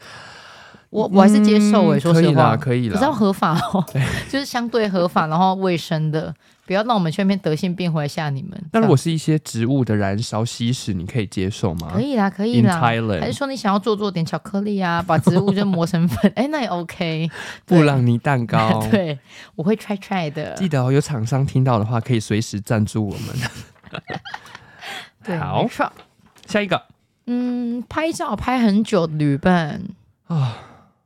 我我还是接受哎、
嗯
说实话，
可以啦，可以
可是要
啦。
合法哦， 就是相对合法，然后卫生的，不要让我们全面得性病回来吓你们。
那如果是一些植物的燃烧吸食，你可以接受吗？
可以啦，可以
In
啦。还是
Thailand，
说你想要做做点巧克力啊，把植物就磨成粉， 哎、那也 OK。
布朗尼蛋糕。
对，我会 try try 的。
记得哦，有厂商听到的话，可以随时赞助我们。
对，
好
没错。
下一个
嗯，拍照拍很久的旅伴，
啊，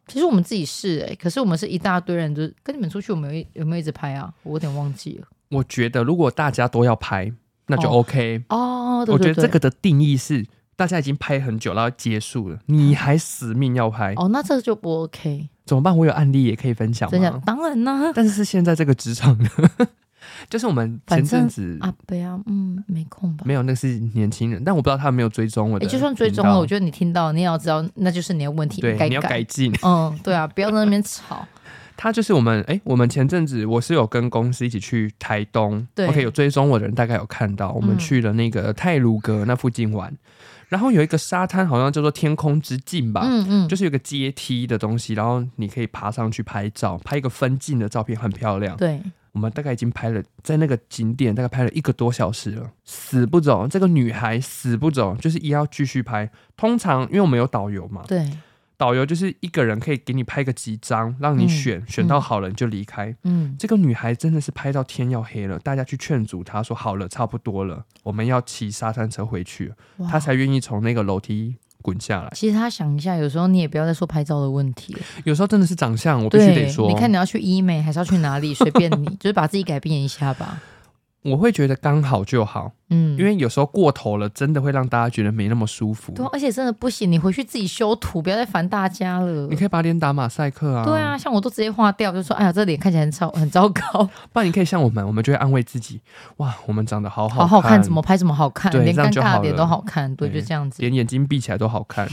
其实我们自己是哎、可是我们是一大堆人，就是跟你们出去，我们有一有没有一直拍啊？我有点忘记了。
我觉得如果大家都要拍，那就
哦
OK。
哦，对
我觉
对
得
对
这，个的定义是，大家已经拍很久，然后结束了，你还死命要拍，
哦，那这个就不 OK。
怎么办？我有案例也可以分享
真
吗
的，？当然啦、
但是是现在这个职场呢，就是我们前阵子
阿贝啊，嗯，没空吧？
没有，那是年轻人，但我不知道他有没有追踪我的频
也
道。
就算追踪了，我觉得你听到，你也要知道，那就是你的问题，
对，
该
你要改进。
嗯，对啊，不要在那边吵。
他就是我们，哎、我们前阵子我是有跟公司一起去台东
对
，OK，有追踪我的人大概有看到，我们
嗯
去了那个泰鲁阁那附近玩，然后有一个沙滩，好像叫做天空之镜吧。
嗯嗯，
啊就是有个阶梯的东西，然后你可以爬上去拍照，拍一个分镜的照片，很漂亮。
对，
我们大概已经拍了，在那个景点大概拍了一个多小时了，死不走。这个女孩死不走，就是也要继续拍。通常因为我们有导游嘛，
对，
导游就是一个人可以给你拍个几张，让你选，选到好了你就离开。
嗯，
这个女孩真的是拍到天要黑了，大家去劝阻她说：“好了，差不多了，我们要骑沙滩车回去。”
哇
她才愿意从那个楼梯滚下来。
其实他想一下，有时候你也不要再说拍照的问题了。
有时候真的是长相，我必须
对，
得说，
你看你要去医美还是要去哪里，随便你，就是把自己改变一下吧。
我会觉得刚好就好，
嗯，
因为有时候过头了，真的会让大家觉得没那么舒服。
对啊，而且真的不行，你回去自己修图，不要再烦大家了
你。可以把脸打马赛克啊，
对啊，，像我都直接划掉，就说哎呀，这脸看起来很糟， 很糟糕，
不然你可以像我们，我们就会安慰自己，哇，我们长得好
好
好
好看，怎么拍怎么好看，
对
连
这
尴
样就
尬
好
的脸
了
都好看，对，
对
就这样子。
连眼睛闭起来都好看，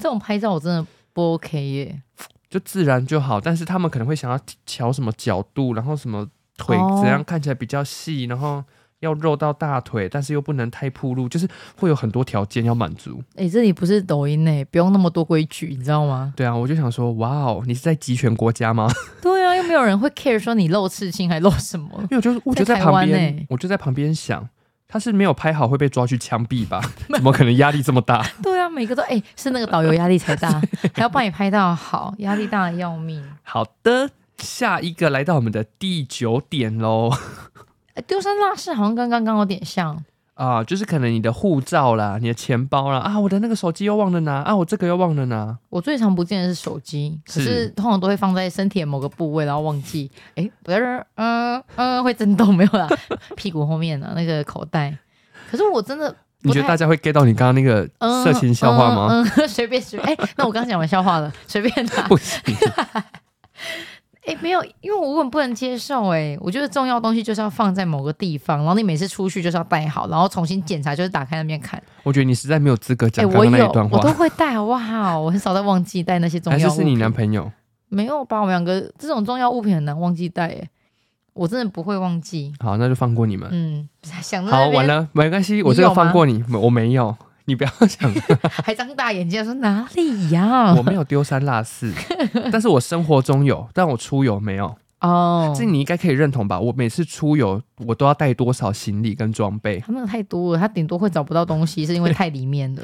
这种拍照我真的不 OK 耶，
就自然就好。但是他们可能会想要调什么角度，然后什么腿
哦
怎样看起来比较细，然后要肉到大腿，但是又不能太暴露，就是会有很多条件要满足。
哎、这里不是抖音呢，不用那么多规矩，你知道吗？
对啊，我就想说，哇哦，你是在集权国 家吗？
对啊，又没有人会 care 说你露刺青还露什么
因，为我就我就
在
在
台
旁
湾
边，
欸
我就在旁边想，他是没有拍好会被抓去枪毙吧？ 怎么可能压力这么大？
对啊，每个都哎、是那个导游压力 才大，还要帮你拍到好，压力大的要命。
好的，下一个来到我们的第九点喽。
哎丢三落四好像跟刚刚有点像，
啊，就是可能你的护照啦、你的钱包啦，啊，我的那个手机又忘了拿，啊，我这个又忘了拿，
我最常不见的是手机，可是
是
通常都会放在身体的某个部位，然后忘记。哎、不是，嗯嗯，会震动没有啦？ 屁股后面的、啊那个口袋。可是我真的不太，
你觉得大家会 get 到你刚刚那个
嗯
色情笑话吗？
嗯，嗯 随、便随便。哎、那我刚讲完笑话了，随便 拿。
不行，
哎、没有，因为我很不能接受、哎，我觉得重要东西就是要放在某个地方，然后你每次出去就是要带好，然后重新检查，就是打开那边看。
我觉得你实在没有资格
哎、
讲刚
我
刚那
有
一段，
我都
话。
会带，好不好？我很少在忘记带那些重要
还
物
是
品。
是你男朋友？
没有吧？我们两个这种重要物品很难忘记带耶，我真的不会忘记。
好，那就放过你们。
嗯，想到
好，
那
完
边
了，没关系，
有
我这个
吗
放过你，我没有，你不要 想，
还张大眼睛说哪里呀、
我没有丢三落四，但是我生活中有，但我出游没有。
哦，
这你应该可以认同吧？我每次出游，我都要带多少行李跟装备？
他那个太多了，他顶多会找不到东西，是因为太里面了。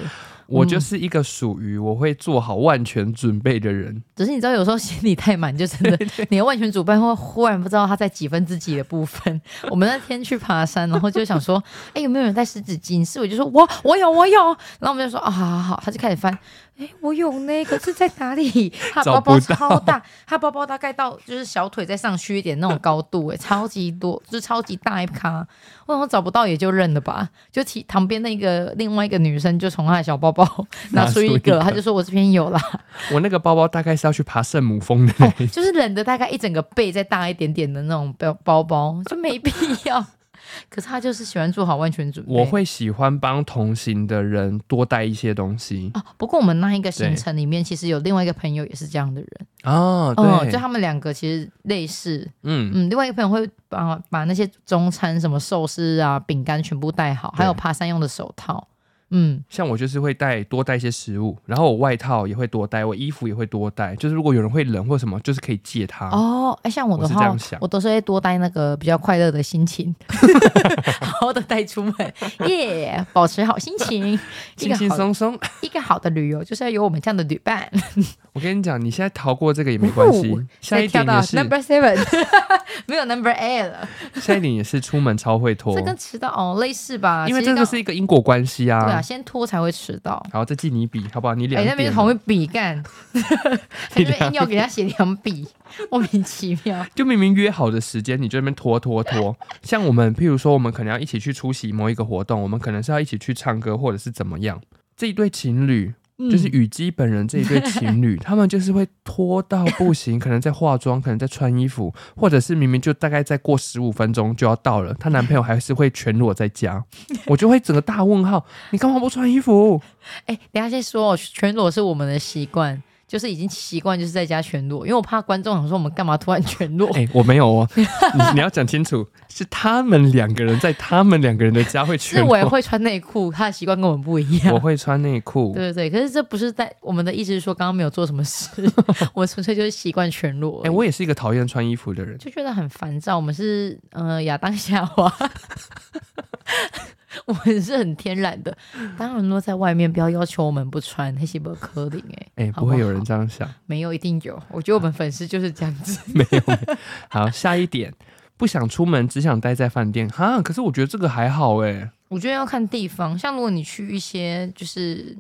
我就
嗯
是一个属于我会做好万全准备的人。
只是你知道，有时候行李太满，就真 的你的万全主办会忽然不知道他在几分之几的部分。我们那天去爬山，然后就想说，哎、有没有人带湿纸巾？是我就说我我有我有，然后我们就说啊、好好好，他就开始翻，哎、我有呢，可是在哪里？他
找
的包包
不
超大，他包包大概到就是小腿再上去一点那种高度、哎，超级多，就是超级大一咖。我想说找不到也就认了吧，就其旁边那个另外一个女生就从她的小包 包拿出一
拿出一
个，
个
她就说我这边有啦。
我那个包包大概是要去爬圣母峰的，
哦，就是冷的大概一整个背再大一点点的那种包包包，就没必要。 可是他就是喜欢做好万全准 备。
我会喜欢帮同行的人多带一些东西
哦，不过我们那一个行
对
程里面，其实有另外一个朋友也是这样的人。
哦，
哦，
对，
就他们两个其实类似。
嗯，
嗯，另外一个朋友会把把那些中餐什么寿司啊、饼干全部带好，还有
对
爬山用的手套。嗯，
像我就是会带多带一些食物，然后我外套也会多带，我衣服也会多带，就是如果有人会冷或什么，就是可以借他。
哦，哎、像我的
啊我是这
话
样，想
我都是会多带那个比较快乐的心情， 好好的带出门，耶、保持好心 情，一
轻
个
轻
好
松松，
一个好的旅游就是要有我们这样的旅伴，
我跟你讲，你现在逃过这个也没关系
哦。
下一
再跳
点
到
也是，
number seven，没有 number eight 了，
下一点也是出门超会拖
这，跟迟到哦类似吧？
因为
其实
这
刚
个是一个因果关系
对
啊
啊，。先拖才会迟到。
好，再记你一笔，好不好？你
哎、
两
那边
点
同
了
会比 干，他
你
这边
两
硬要给他写两笔， 莫名其妙。
就明明约好的时间，你就在那边拖拖拖。 像我们，譬如说，我们可能要一起去出席某一个活动，我们可能是要一起去唱歌，或者是怎么样。这一对情侣，就是
嗯
雨姬本人这一对情 侣，他们就是会拖到不行， 可能在化妆，可能在穿衣服，或者是明明就大概再过十五分钟就要到了，她男朋友还是会全裸在家，我就会整个大问号：你干嘛不穿衣服？
哎、等一下先说哦，全裸是我们的习惯，就是已经习惯就是在家全裸，因为我怕观众想说我们干嘛突然全裸。
哎、我没有哦，你你要讲清楚，是他们两个人在他们两个人的家会
是
全
我也
裸，
会穿内裤，他的习惯跟我们不一样。
我会穿内裤。
对对对，可是这不是在我们的意思是说刚刚没有做什 么事，我纯粹就是习惯全裸
哎、
而已。
我也是一个讨厌穿衣服的人。
就觉得很烦躁。我们是呃亚当夏娃， 我们是很天然的。当然，若在外面不要要求我们不穿黑西伯科林、欸，
哎、
好
不会
好
有人这样想。
没有一定有。我觉得我们粉丝就是这样子。
好，下一点，不想出门，只想待在饭店。哈，可是我觉得这个还好哎、
我觉得要看地方，像如果你去一些就是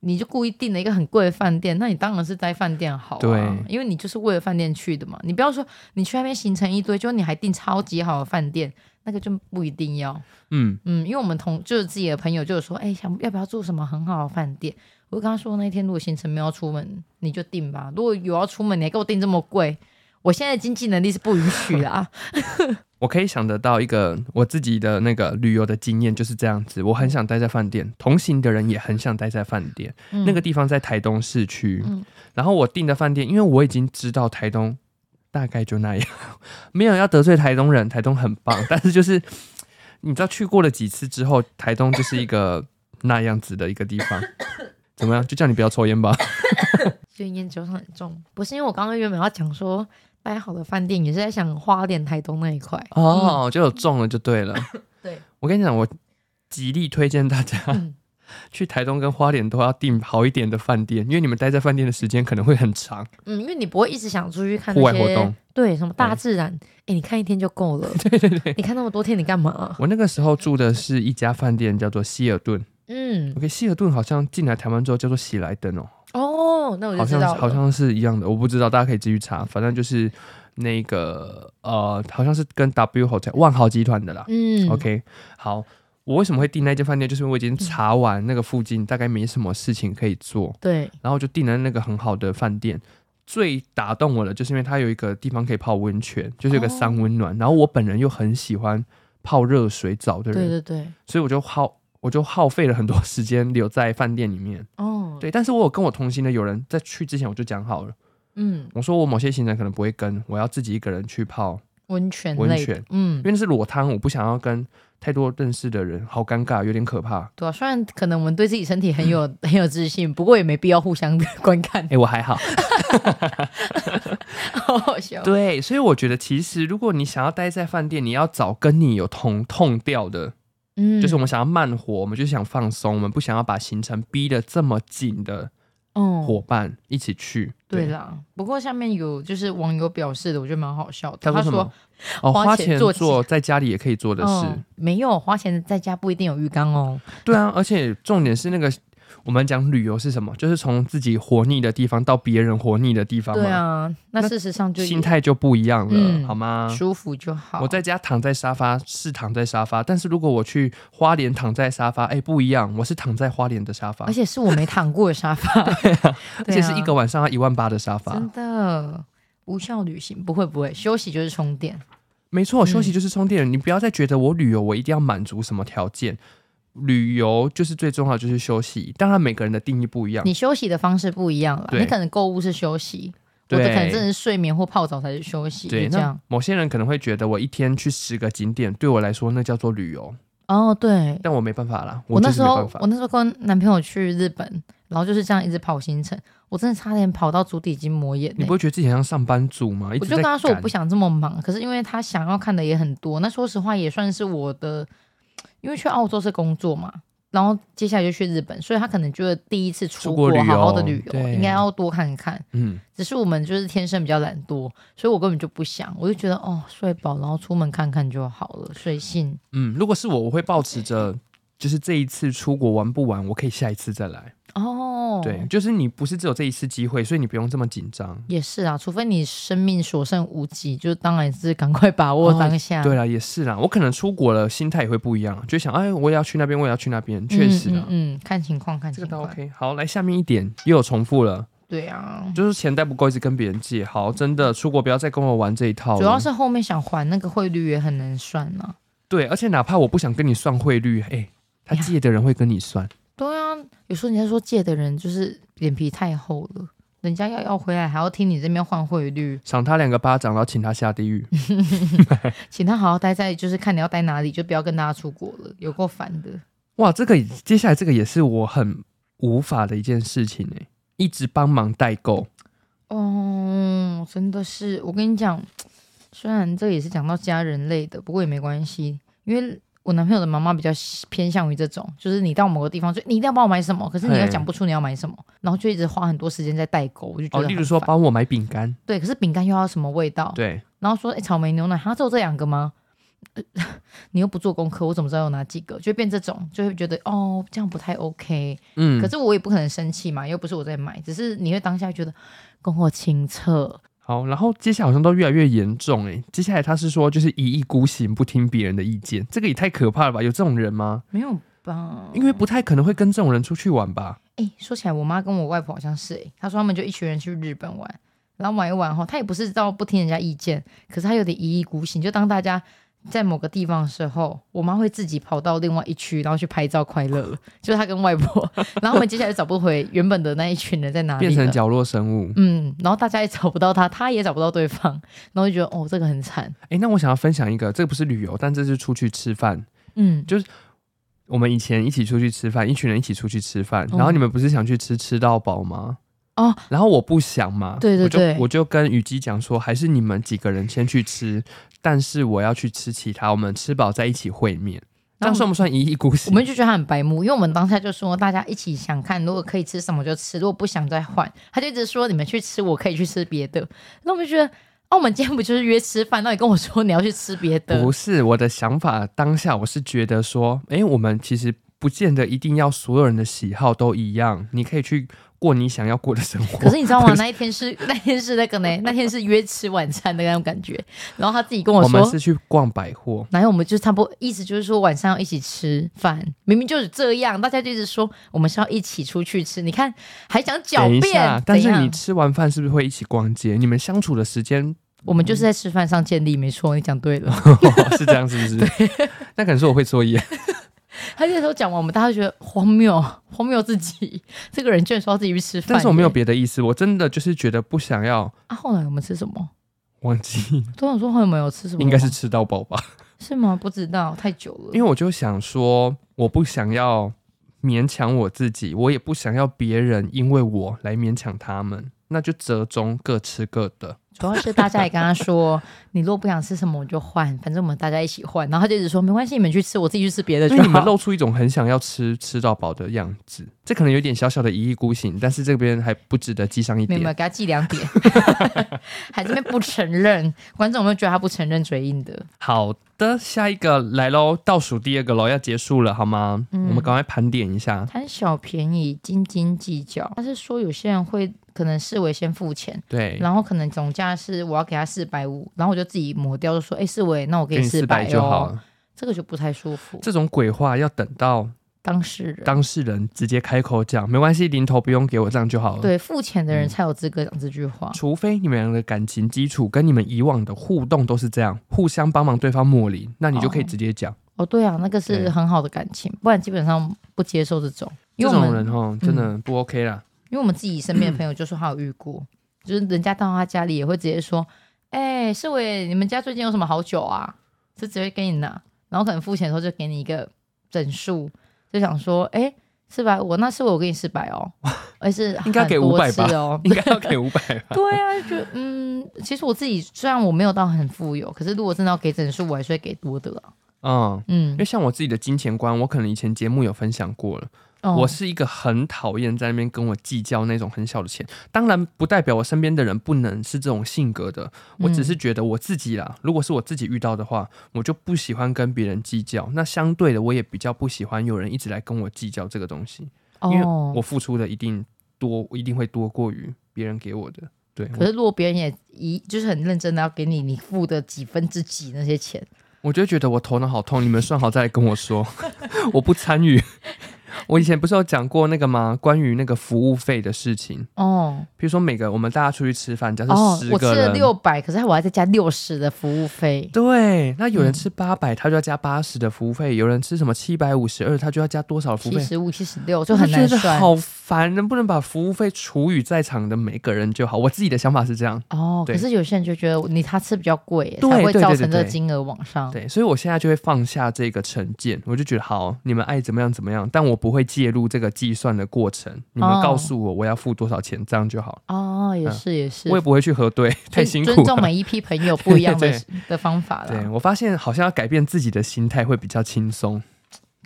你就故意订了一个很贵的饭店，那你当然是待饭店好、啊，
对
因为你就是为了饭店去的嘛。你不要说你去那边行程一堆，就你还订超级好的饭店，那个就不一定要。
嗯，
嗯，因为我们同就是自己的朋友就有说，哎、想要不要住什么很好的饭店？我就跟他说，那一天如果行程没有要出门，你就订吧。如果有要出门，你还给我订这么贵，我现在的经济能力是不允许啊啦。
我可以想得到一个我自己的那个旅游的经验就是这样子，我很想待在饭店，同行的人也很想待在饭店。
嗯
那个地方在台东市区，
嗯
然后我订的饭店，因为我已经知道台东大概就那样， 没有要得罪台东人，台东很 棒，但是就是你知道去过了几次之后，台东就是一个那样子的一个地方。怎么样？就叫你不要抽烟吧。
就烟酒上很重，不是因为我刚刚原本要讲说待好的饭店，也是在想花莲台东那一块。
哦，就有中了就对了。
对，
我跟你讲，我极力推荐大家
嗯
去台东跟花莲都要订好一点的饭店，因为你们待在饭店的时间可能会很长。
嗯，因为你不会一直想出去看
户
那
外
些
活动
对什么大自然，哎、你看一天就 够了。对对对，你看那么多天，你干嘛、
我那个时候住的是一家饭店，叫做希尔顿。
嗯，
OK，希尔顿好像进来台湾之后叫做喜来登哦，
哦，那我就
好
知
像
道了。
好像是一样的，我不知道，大家可以继续查。反正就是那个呃，好像是跟 W Hotel 万豪集团的啦。
嗯
OK，好，我为什么会订那间饭店？就是因为我已经查完那个附近大概没什么事情可以做，
对，
然后就订了那个很好的饭店。最打动我的就是因为它有一个地方可以泡温泉，就是有个
哦
三温暖。然后我本人又很喜欢泡热水澡的人，
对对对，
所以我就耗我就耗费了很多时间留在饭店里面。
哦，
对，但是我有跟我同行的友人在去之前我就讲好了，
嗯，
我说我某些行程可能不会跟，我要自己一个人去泡，
温泉
温
类的
泉
嗯
因，为那是裸汤，我不想要跟太多认识的人，好尴尬，有点可怕。
对啊，虽然可能我们对自己身体很有 很有自信，不过也没必要互相观看
哎、，我还好。
好好笑。
对，所以我觉得其实如果你想要待在饭店，你要找跟你有同痛调的，
嗯，
就是我们想要慢活，我们就想放松，我们不想要把行程逼得这么紧的
哦，
伙伴一起去。
对啦。不过下面有就是网友表示的，我觉得蛮好笑的。
他说什么？哦，
花
花
钱
钱
做
做在家里也可以做的事，
哦，没有花钱在家不一定有浴缸哦。
对啊，而且重点是那个我们讲旅游是什么，就是从自己活腻的地方到别人活腻的地方嘛，
对啊，那
那
事实上就
心态就不一样了，
嗯
好吗？
舒服就好。
我在家躺在沙发是躺在沙发，但是如果我去花莲躺在沙发，哎、不一样，我是躺在花莲的沙发，
而且是我没躺过的 沙发，
啊
啊
而且是一个晚上要一万八的沙发
真，的无效旅行，不会不会，休息就是充电。
啊没
嗯
错，休息就是充电。你不要再觉得我旅游我一定要满足什么条件，旅游就是最重要的就是休息。当然每个人的定义不一样，
你休息的方式不一样了，
对
你可能购物是休息，我
对
的可能真的是睡眠或泡澡才是休息，
对，
就这
那
样。
某些人可能会觉得我一天去十个景点，对我来说那叫做旅游，
哦，对，
但我没办法啦，
我
就
那
是
时
没
候
办法
我。那时候跟男朋友去日本，然后就是这样一直跑行程，我真的差点跑到足底筋膜炎、
你不
欸。
会觉得自己很像上班族吗？一
我
直
就
在
跟他说我
赶
不想这么忙，可是因为他想要看的也很多，那说实话也算是我的，因为去澳洲是工作嘛，然后接下来就去日本，所以他可能觉得第一次出
出国
国
旅游
好好的旅游
对
应该要多看看。
嗯，
只是我们就是天生比较懒惰，所以我根本就不想，我就觉得哦，睡饱然后出门看看就好了，随性。
嗯，如果是我，我会保持着，就是这一次出国玩不完，我可以下一次再来。
哦，
对，，就是你不是只有这一次机会，所以你不用这么紧张。
也是啊，除非你生命所剩无几，就当然是赶快把握
哦
当下。
对啦，也是啦，我可能出国了，心态也会不一样，就想哎，我也要去那边，我也要去那边。
嗯，
确实
嗯
啦，
嗯看情况，看
这
情
个倒
况。
OK。好，来下面一点又有重复了，
对啊，
就是钱带不够，一直跟别人借。好，真的出国不要再跟我玩这一套了。
主要是后面想还那个汇率也很难算啊。
对，而且哪怕我不想跟你算汇率，哎、他
呀
借的人会跟你算。
对啊，有时候人家说借的人就是脸皮太厚了，人家要要回来还要听你这边换汇率，
赏他两个巴掌，然后请他下地狱。
请他好好待在，就是看你要待哪里，就不要跟大家出国了，有够烦的。
哇，这个也接下来这个也是我很无法的一件事情哎、一直帮忙代购，
哦，真的是，我跟你讲，虽然这也是讲到家人类的，不过也没关系，因为我男朋友的妈妈比较喜偏向于这种，就是你到某个地方就你一定要帮我买什么，可是你又
嘿
讲不出你要买什么，然后就一直花很多时间在代购，我就觉
哦，
得
例如
很
说
烦哦
帮我买饼干，
对，可是饼干又要什么味道，
对，
然后说哎草莓牛奶，它只有这两个吗？ 你又不做功课，我怎么知道有哪几个？就会变这种，就会觉得哦，这样不太 OK。
嗯，
可是我也不可能生气嘛，又不是我在买，只是你会当下觉得供货清澈，
好，然后接下来好像都越来越严重哎、接下来他是说就是一意孤行，不听别人的意见，这个也太可怕了吧？有这种人吗？
没有吧？
因为不太可能会跟这种人出去玩吧？
哎、说起来，我妈跟我外婆好像是哎、她说他们就一群人去日本玩，然后玩一玩后，她也不是到不听人家意见，可是她有点一意孤行，就当大家在某个地方的时候，我妈会自己跑到另外一区，然后去拍照快 乐了，就是她跟外婆，然后我们接下来就找不回原本的那一群人在哪
变
里
成
了。
角落生物。
嗯，然后大家也找不到她，她也找不到对方，然后就觉得哦，这个很惨。
哎、那我想要分享一个，这个不是旅游，但这是出去吃饭。
嗯，
我们以前一起出去吃饭，一群人一起出去吃饭，
嗯
然后你们不是想去吃吃到饱吗？
哦，
然后我不想嘛，
对对
我
对
就我就跟雨姬讲说，还是你们几个人先去吃，但是我要去吃其他，我们吃饱再一起会面，这
然
样
后
算不算一意孤行？
我们就觉得他很白目，因为我们当下就说大家一起想看，如果可以吃什么就吃，如果不想再换。他就一直说你们去吃，我可以去吃别的。那我们就觉得，哦，我们今天不就是约吃饭？那你跟我说你要去吃别的
不，是我的想法，当下我是觉得说，诶，我们其实不见得一定要所有人的喜好都一样，你可以去过你想要过的生活。
可是你知 道吗？那一天是 那天是那个呢，那天是约吃晚餐的那种感觉。然后他自己跟
我
我
们
说。
是去逛百货，
然后我们就差不多，意思就是说晚上要一起吃饭，明明就是这样，大家就一直说我们是要一起出去吃。你看，还想狡
等一下
辩，，
但是
怎
你
样
吃完饭是不是会一起逛街？你们相处的时间、
我们就是在吃饭上建立，没错，你讲对了。
是这样，是不是？ 那可能是我会作 业。
他那时候讲完，我们大家觉得荒谬， 荒谬自己这个人居然说要自己去吃饭耶。
但是我没有别的意思，我真的就是觉得不想要
啊。后来我们吃什么？
忘 记，
都想说后来我们有吃什么吗？
应该是吃到饱吧。
是吗？不知道，太久了。
因为我就想说，我不想要勉强我自己，我也不想要别人因为我来勉强他们，那就折中各吃各的。
主要是大家也跟他说，你如果不想吃什么，我就换，反正我们大家一起换。然后他就一直说没关系，你们去吃，我自己去吃别的
因
就
为
好。
你们露出一种很想要吃吃到饱的样子，这可能有点小小的一意孤行，但是这边还不值得记上一
没有没
点。
有，给他记两点， 还这边不承认，观众有没有觉得他不承认嘴硬的？
好的，下一个来喽，倒数第二个喽，要结束了好吗？
嗯
我们赶快盘点一下。
贪小便宜，斤斤计较。他是说有些人会可能视为先付钱，
对，
然后可能总价是我要给他四百五，然后我就自己抹掉，就说：“哎、四维，那我
给你
四
四百就好
哦。
了。”
这个就不太舒服。
这种鬼话要等到
当事人
当事人直接开口讲，没关系，零头不用给我，这样就好了。
对付钱的人
嗯
才有资格讲这句话。
除非你们两个感情基础跟你们以往的互动都是这样，互相帮忙对方抹零，那你就可以直接讲。
哦，对啊，那个是
对
很好的感情，不然基本上不接受这种。因
这
为我
种
们嗯
人哦，真的不 OK 啦。
因为我们自己身边的朋友就说他有遇过，
嗯
就是人家到他家里也会直接说：“哎、世伟，你们家最近有什么好酒啊？”就直接给你拿，然后可能付钱的时候就给你一个整数，就想说：“哎、四百五，那是我给你四 百哦，而是
应该给
很多
500吧。
次哦
应该要给五百吧。
对啊，就嗯，其实我自己虽然我没有到很富有，可是如果真的要给整数，我还是会给多的啦。
嗯，
嗯
因为，像我自己的金钱观，我可能以前节目有分享过了，
哦
我是一个很讨厌在那边跟我计较那种很小的钱。当然，不代表我身边的人不能是这种性格的，
嗯
我只是觉得我自己啦，如果是我自己遇到的话，我就不喜欢跟别人计较。那相对的，我也比较不喜欢有人一直来跟我计较这个东西。因为
哦
我付出的一定多，一定会多过于别人给我的。对，
可
我
是如果别人也一就是很认真的要给你你付的几分之几那些钱，
我就觉得我头脑好痛，你们算好再来跟我说， 我不参与。 我以前不是有讲过那个吗？关于那个服务费的事情，
哦
比如说每个我们大家出去吃饭，假设
哦，
十
我吃
个
了
人，
六百，可是我还再加六十的服务费，
对，那有人
嗯
吃八百，他就要加八十的服务费；有人吃什么七百五十二，他就要加多少服务
七
费？
十五、七十六就
我
很
觉
难
得
算。
好烦，能不能把服务费除以在场的每个人就好？我自己的想法是这样。
哦，
对
可是有些人就觉得你他吃比较贵，
对
才会
对
造
对
成
对
这个
对
金额往上。
对，所以我现在就会放下这个成见，我就觉得好，你们爱怎么样怎么样，但我不会介入这个计算的过程。你们
哦
告诉我我要付多少钱，这样就好了，
哦，也是也是，
嗯我也不会去核对，太
尊
辛苦
尊重
了。
每一批朋友不一样 的
对
的方法
对
啦。
我发现好像要改变自己的心态会比较轻松。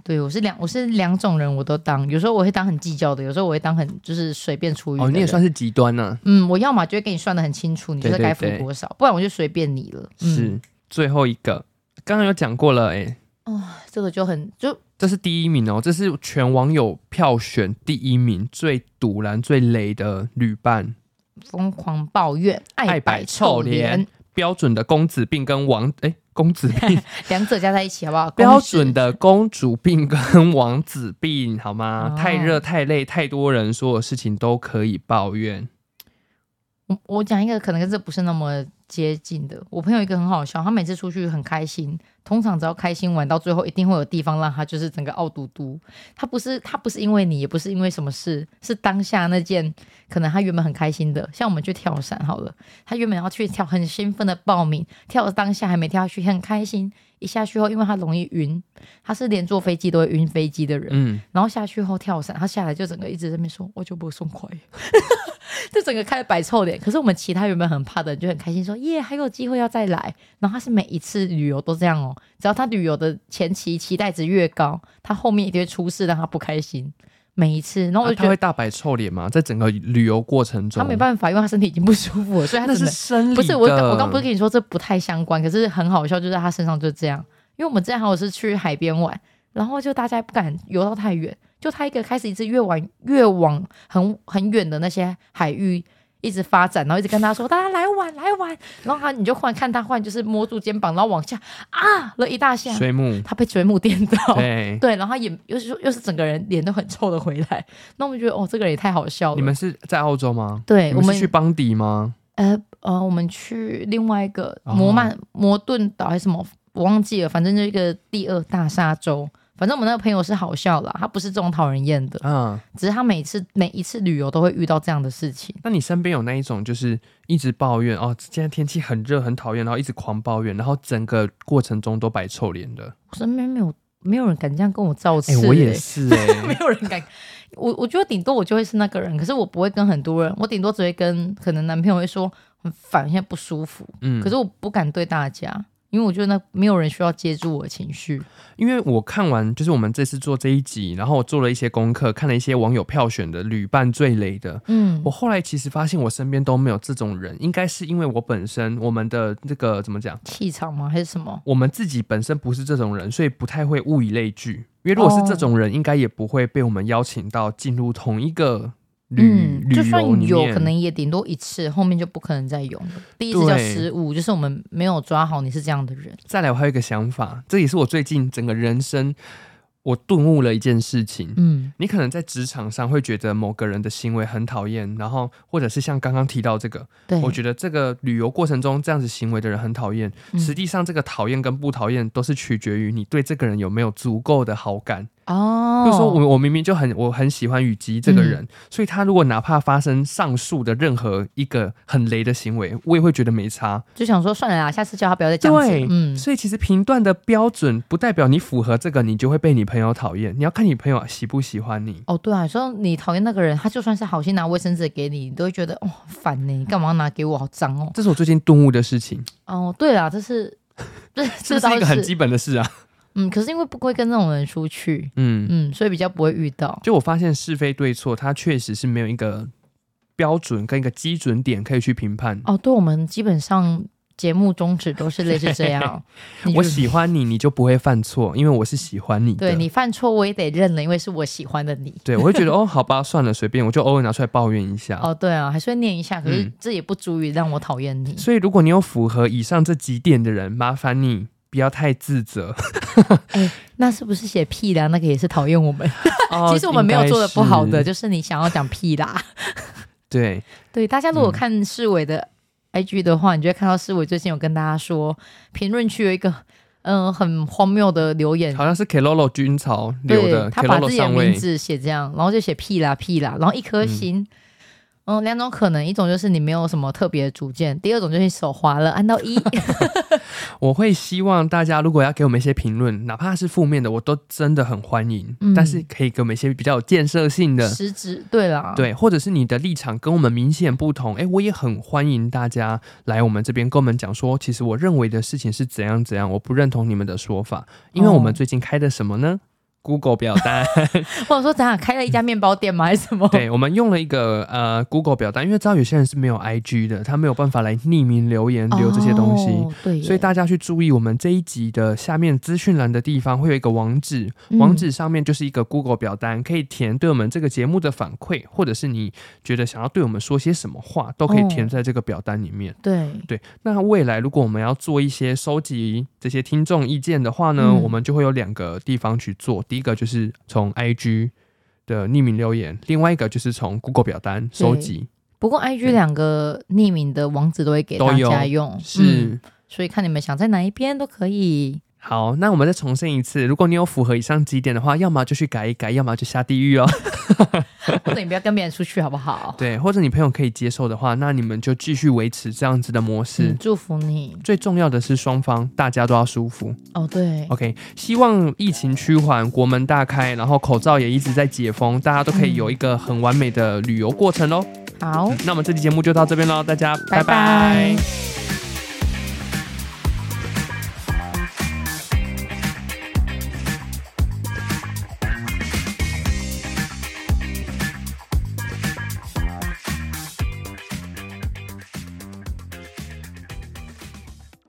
对，我是两我是两种人我都当，有时候我会当很计较的，有时候我会当很就是随便出于的
哦，
人。
你也算是极端啊呢、
嗯，我要么就会给你算的很清楚，你就是
对对
该付
对
多少，不然我就随便你了。嗯
是、最后一个。刚刚有讲过了，哎，
啊这个就很就
这是第一名哦，这是全网友票选第一名最堵然、最雷的旅伴，
疯狂抱怨，
爱
摆
摆臭
脸
脸，，标准的公子病跟王哎公子病，
两者加在一起好不好？
标
公式
准的公主病跟王子病好吗？
哦
太热、太累、太多人，所有事情都可以抱怨。
我我讲一个可能跟这不是那么接近的，我朋友一个很好笑，他每次出去很开心，通常只要开心玩到最后，一定会有地方让他就是整个傲嘟嘟。他不是他不是因为你，也不是因为什么事，是当下那件可能他原本很开心的，像我们去跳伞好了，他原本要去跳，很兴奋的报名，跳的当下还没跳下去，很开心。一下去后，因为他容易晕，他是连坐飞机都会晕飞机的人，
嗯，
然后下去后跳伞，他下来就整个一直在那边说，我就不松快， 就整个开始摆臭脸。可是我们其他原本很怕的人就很开心说，耶，还有机会要再来。然后他是每一次旅游都这样哦，只要他旅游的前期期待值越高，他后面一定会出事让他不开心。每一次，然后我
啊
就
他
觉得、啊
会大摆臭脸吗？在整个旅游过程中，
他没办法，因为他身体已经不舒服了，所以他
那
只
是
能
生理
不是我刚，我刚不是
是
跟你说这不太相关，可是很好笑，就是在他身上就是这样。因为我们之前好像是去海边玩，然后就大家不敢游到太远，就他一个开始一直越往越往很很远的那些海域一直发展，然后一直跟他说大家来玩来玩，然后他你就忽然看他忽然就是摸住肩膀，然后往下啊了一大下，
水母，
他被水母电到，
对，
对，然后他也又是又是整个人脸都很臭的回来，那我们觉得哦这个人也太好笑了。
你们是在澳洲吗？
对
你
我
们
们
是去邦迪吗？
呃呃，我们去另外一个
哦
摩曼、摩顿岛还是什么，我忘记了，反正就一个第二大沙洲。反正我们那个朋友是好笑啦，他不是这种讨人厌的，
嗯，
只是他每次每一次旅游都会遇到这样的事情。
那你身边有那一种就是一直抱怨哦，现在天气很热很讨厌，然后一直狂抱怨，然后整个过程中都摆臭脸的？
我身边没有没有人敢这样跟我造次、
哎、我也是哎、
没有人敢。我我觉得顶多我就会是那个人，可是我不会跟很多人，我顶多只会跟可能男朋友会说很烦，现在不舒服，
嗯
可是我不敢对大家，因为我觉得那没有人需要接住我的情绪。
因为我看完就是我们这次做这一集，然后我做了一些功课，看了一些网友票选的旅伴最雷的。
嗯
我，后来其实发现我身边都没有这种人，应该是因为我本身我们的这个怎么讲，
气场吗？还是什么？
我们自己本身不是这种人，所以不太会物以类聚。因为如果是这
哦
种人，应该也不会被我们邀请到进入同一个旅、
嗯，
旅
就
游
算
里
有
面。
可能也顶多一次，后面就不可能再有了。第一次
对
叫失误，就是我们没有抓好你是这样的人。
再来，我还有一个想法，这也是我最近整个人生我顿悟了一件事情。
嗯
你可能在职场上会觉得某个人的行为很讨厌，然后或者是像刚刚提到这个，
对，
我觉得这个旅游过程中这样子行为的人很讨厌。
嗯
实际上，这个讨厌跟不讨厌都是取决于你对这个人有没有足够的好感。
哦，嗯
比如说我我明明就很我很喜欢雨姬这个人，所以他如果哪怕发生上述的任何一个很雷的行为，我也会觉得没差。
就想说算了啦，下次叫他不要再这样子。嗯，
所以其实评断的标准不代表你符合这个，你就会被你朋友讨厌。你要看你朋友喜不喜欢你。
哦对啊，说你讨厌那个人，他就算是好心拿卫生纸给你，你都会觉得哦好烦呢，你干嘛要拿给我？好脏哦。
这是我最近顿悟的事情，
哦，对啦，这 是这
这
倒
是一个很基本的事啊。
嗯，可是因为不会跟那种人出去，
嗯，
嗯，所以比较不会遇到。
就我发现是非对错，它确实是没有一个标准跟一个基准点可以去评判。
哦，对，我们基本上节目宗旨都是类似 这样。你
我
就
喜欢你，你就不会犯错，因为我是喜欢你的。
对你犯错我也得认了，因为是我喜欢的你。
对，我会觉得哦，好吧，算了，随便，我就偶尔拿出来抱怨一下。
哦，对啊，还是会念一下，可是
嗯
这也不足以让我讨厌你。
所以，如果你有符合以上这几点的人，麻烦你不要太自 责。
那是不是写屁啦？那个也是讨厌我们。
哦
其实我们没有做的不好的，
应该是
就是你想要讲屁 啦。
对，
对，大家如果
嗯
看世伟的 IG 的话，你就会看到世伟最近有跟大家说，评论区有一个嗯、呃很荒谬的留言，
好像是 Kelolo 军曹留
对
的
他把自
Kelolo
己的
上
名
尉。
字写这样，然后就写屁啦屁啦，然后一颗心。嗯，两种可能，一种就是你没有什么特别的主见，第二种就是你手滑了，按到一。
我会希望大家如果要给我们一些评论，哪怕是负面的，我都真的很欢迎。
嗯
但是可以给我们一些比较有建设性的，
实质对啦，，
对，或者是你的立场跟我们明显不同，诶，我也很欢迎大家来我们这边跟我们讲说，其实我认为的事情是怎样怎样，我不认同你们的说法，因为我们
哦
最近开的什么呢？ Google 表 单，
或者说咱俩开了一家面包店吗？还是什么？
对我们用了一个呃 Google 表单，因为知道有些人是没有 IG 的，他没有办法来匿名留言留这些东西。
哦对耶，
所以大家去注意，我们这一集的下面资讯栏的地方会有一个网址，
嗯
网址上面就是一个 Google 表单，可以填对我们这个节目的反馈，或者是你觉得想要对我们说些什么话，都可
哦
以填在这个表单里面。
对，
对，那未来如果我们要做一些收集这些听众意见的话呢，
嗯
我们就会有两个地方去做，第一个就是从 IG 的匿名留言，另外一个就是从 Google 表单收集，
不过 IG 两个匿名的网址都会给
都
大
有
家用，
是。
嗯所以看你们想在哪一边都可以。
好，那我们再重申一次，如果你有符合以上几点的话，要么就去改一改，要么就下地狱哦。
或者你不要跟别人出去好不好？
对，或者你朋友可以接受的话，那你们就继续维持这样子的模式。
嗯祝福你
最重要的是双方大家都要舒服。
哦，对，
OK，希望疫情趋缓，国门大开，然后口罩也一直在解封，大家都可以有一个很完美的旅游过程喽。哦嗯
好，
那我们这期节目就到这边喽，大家拜拜
拜拜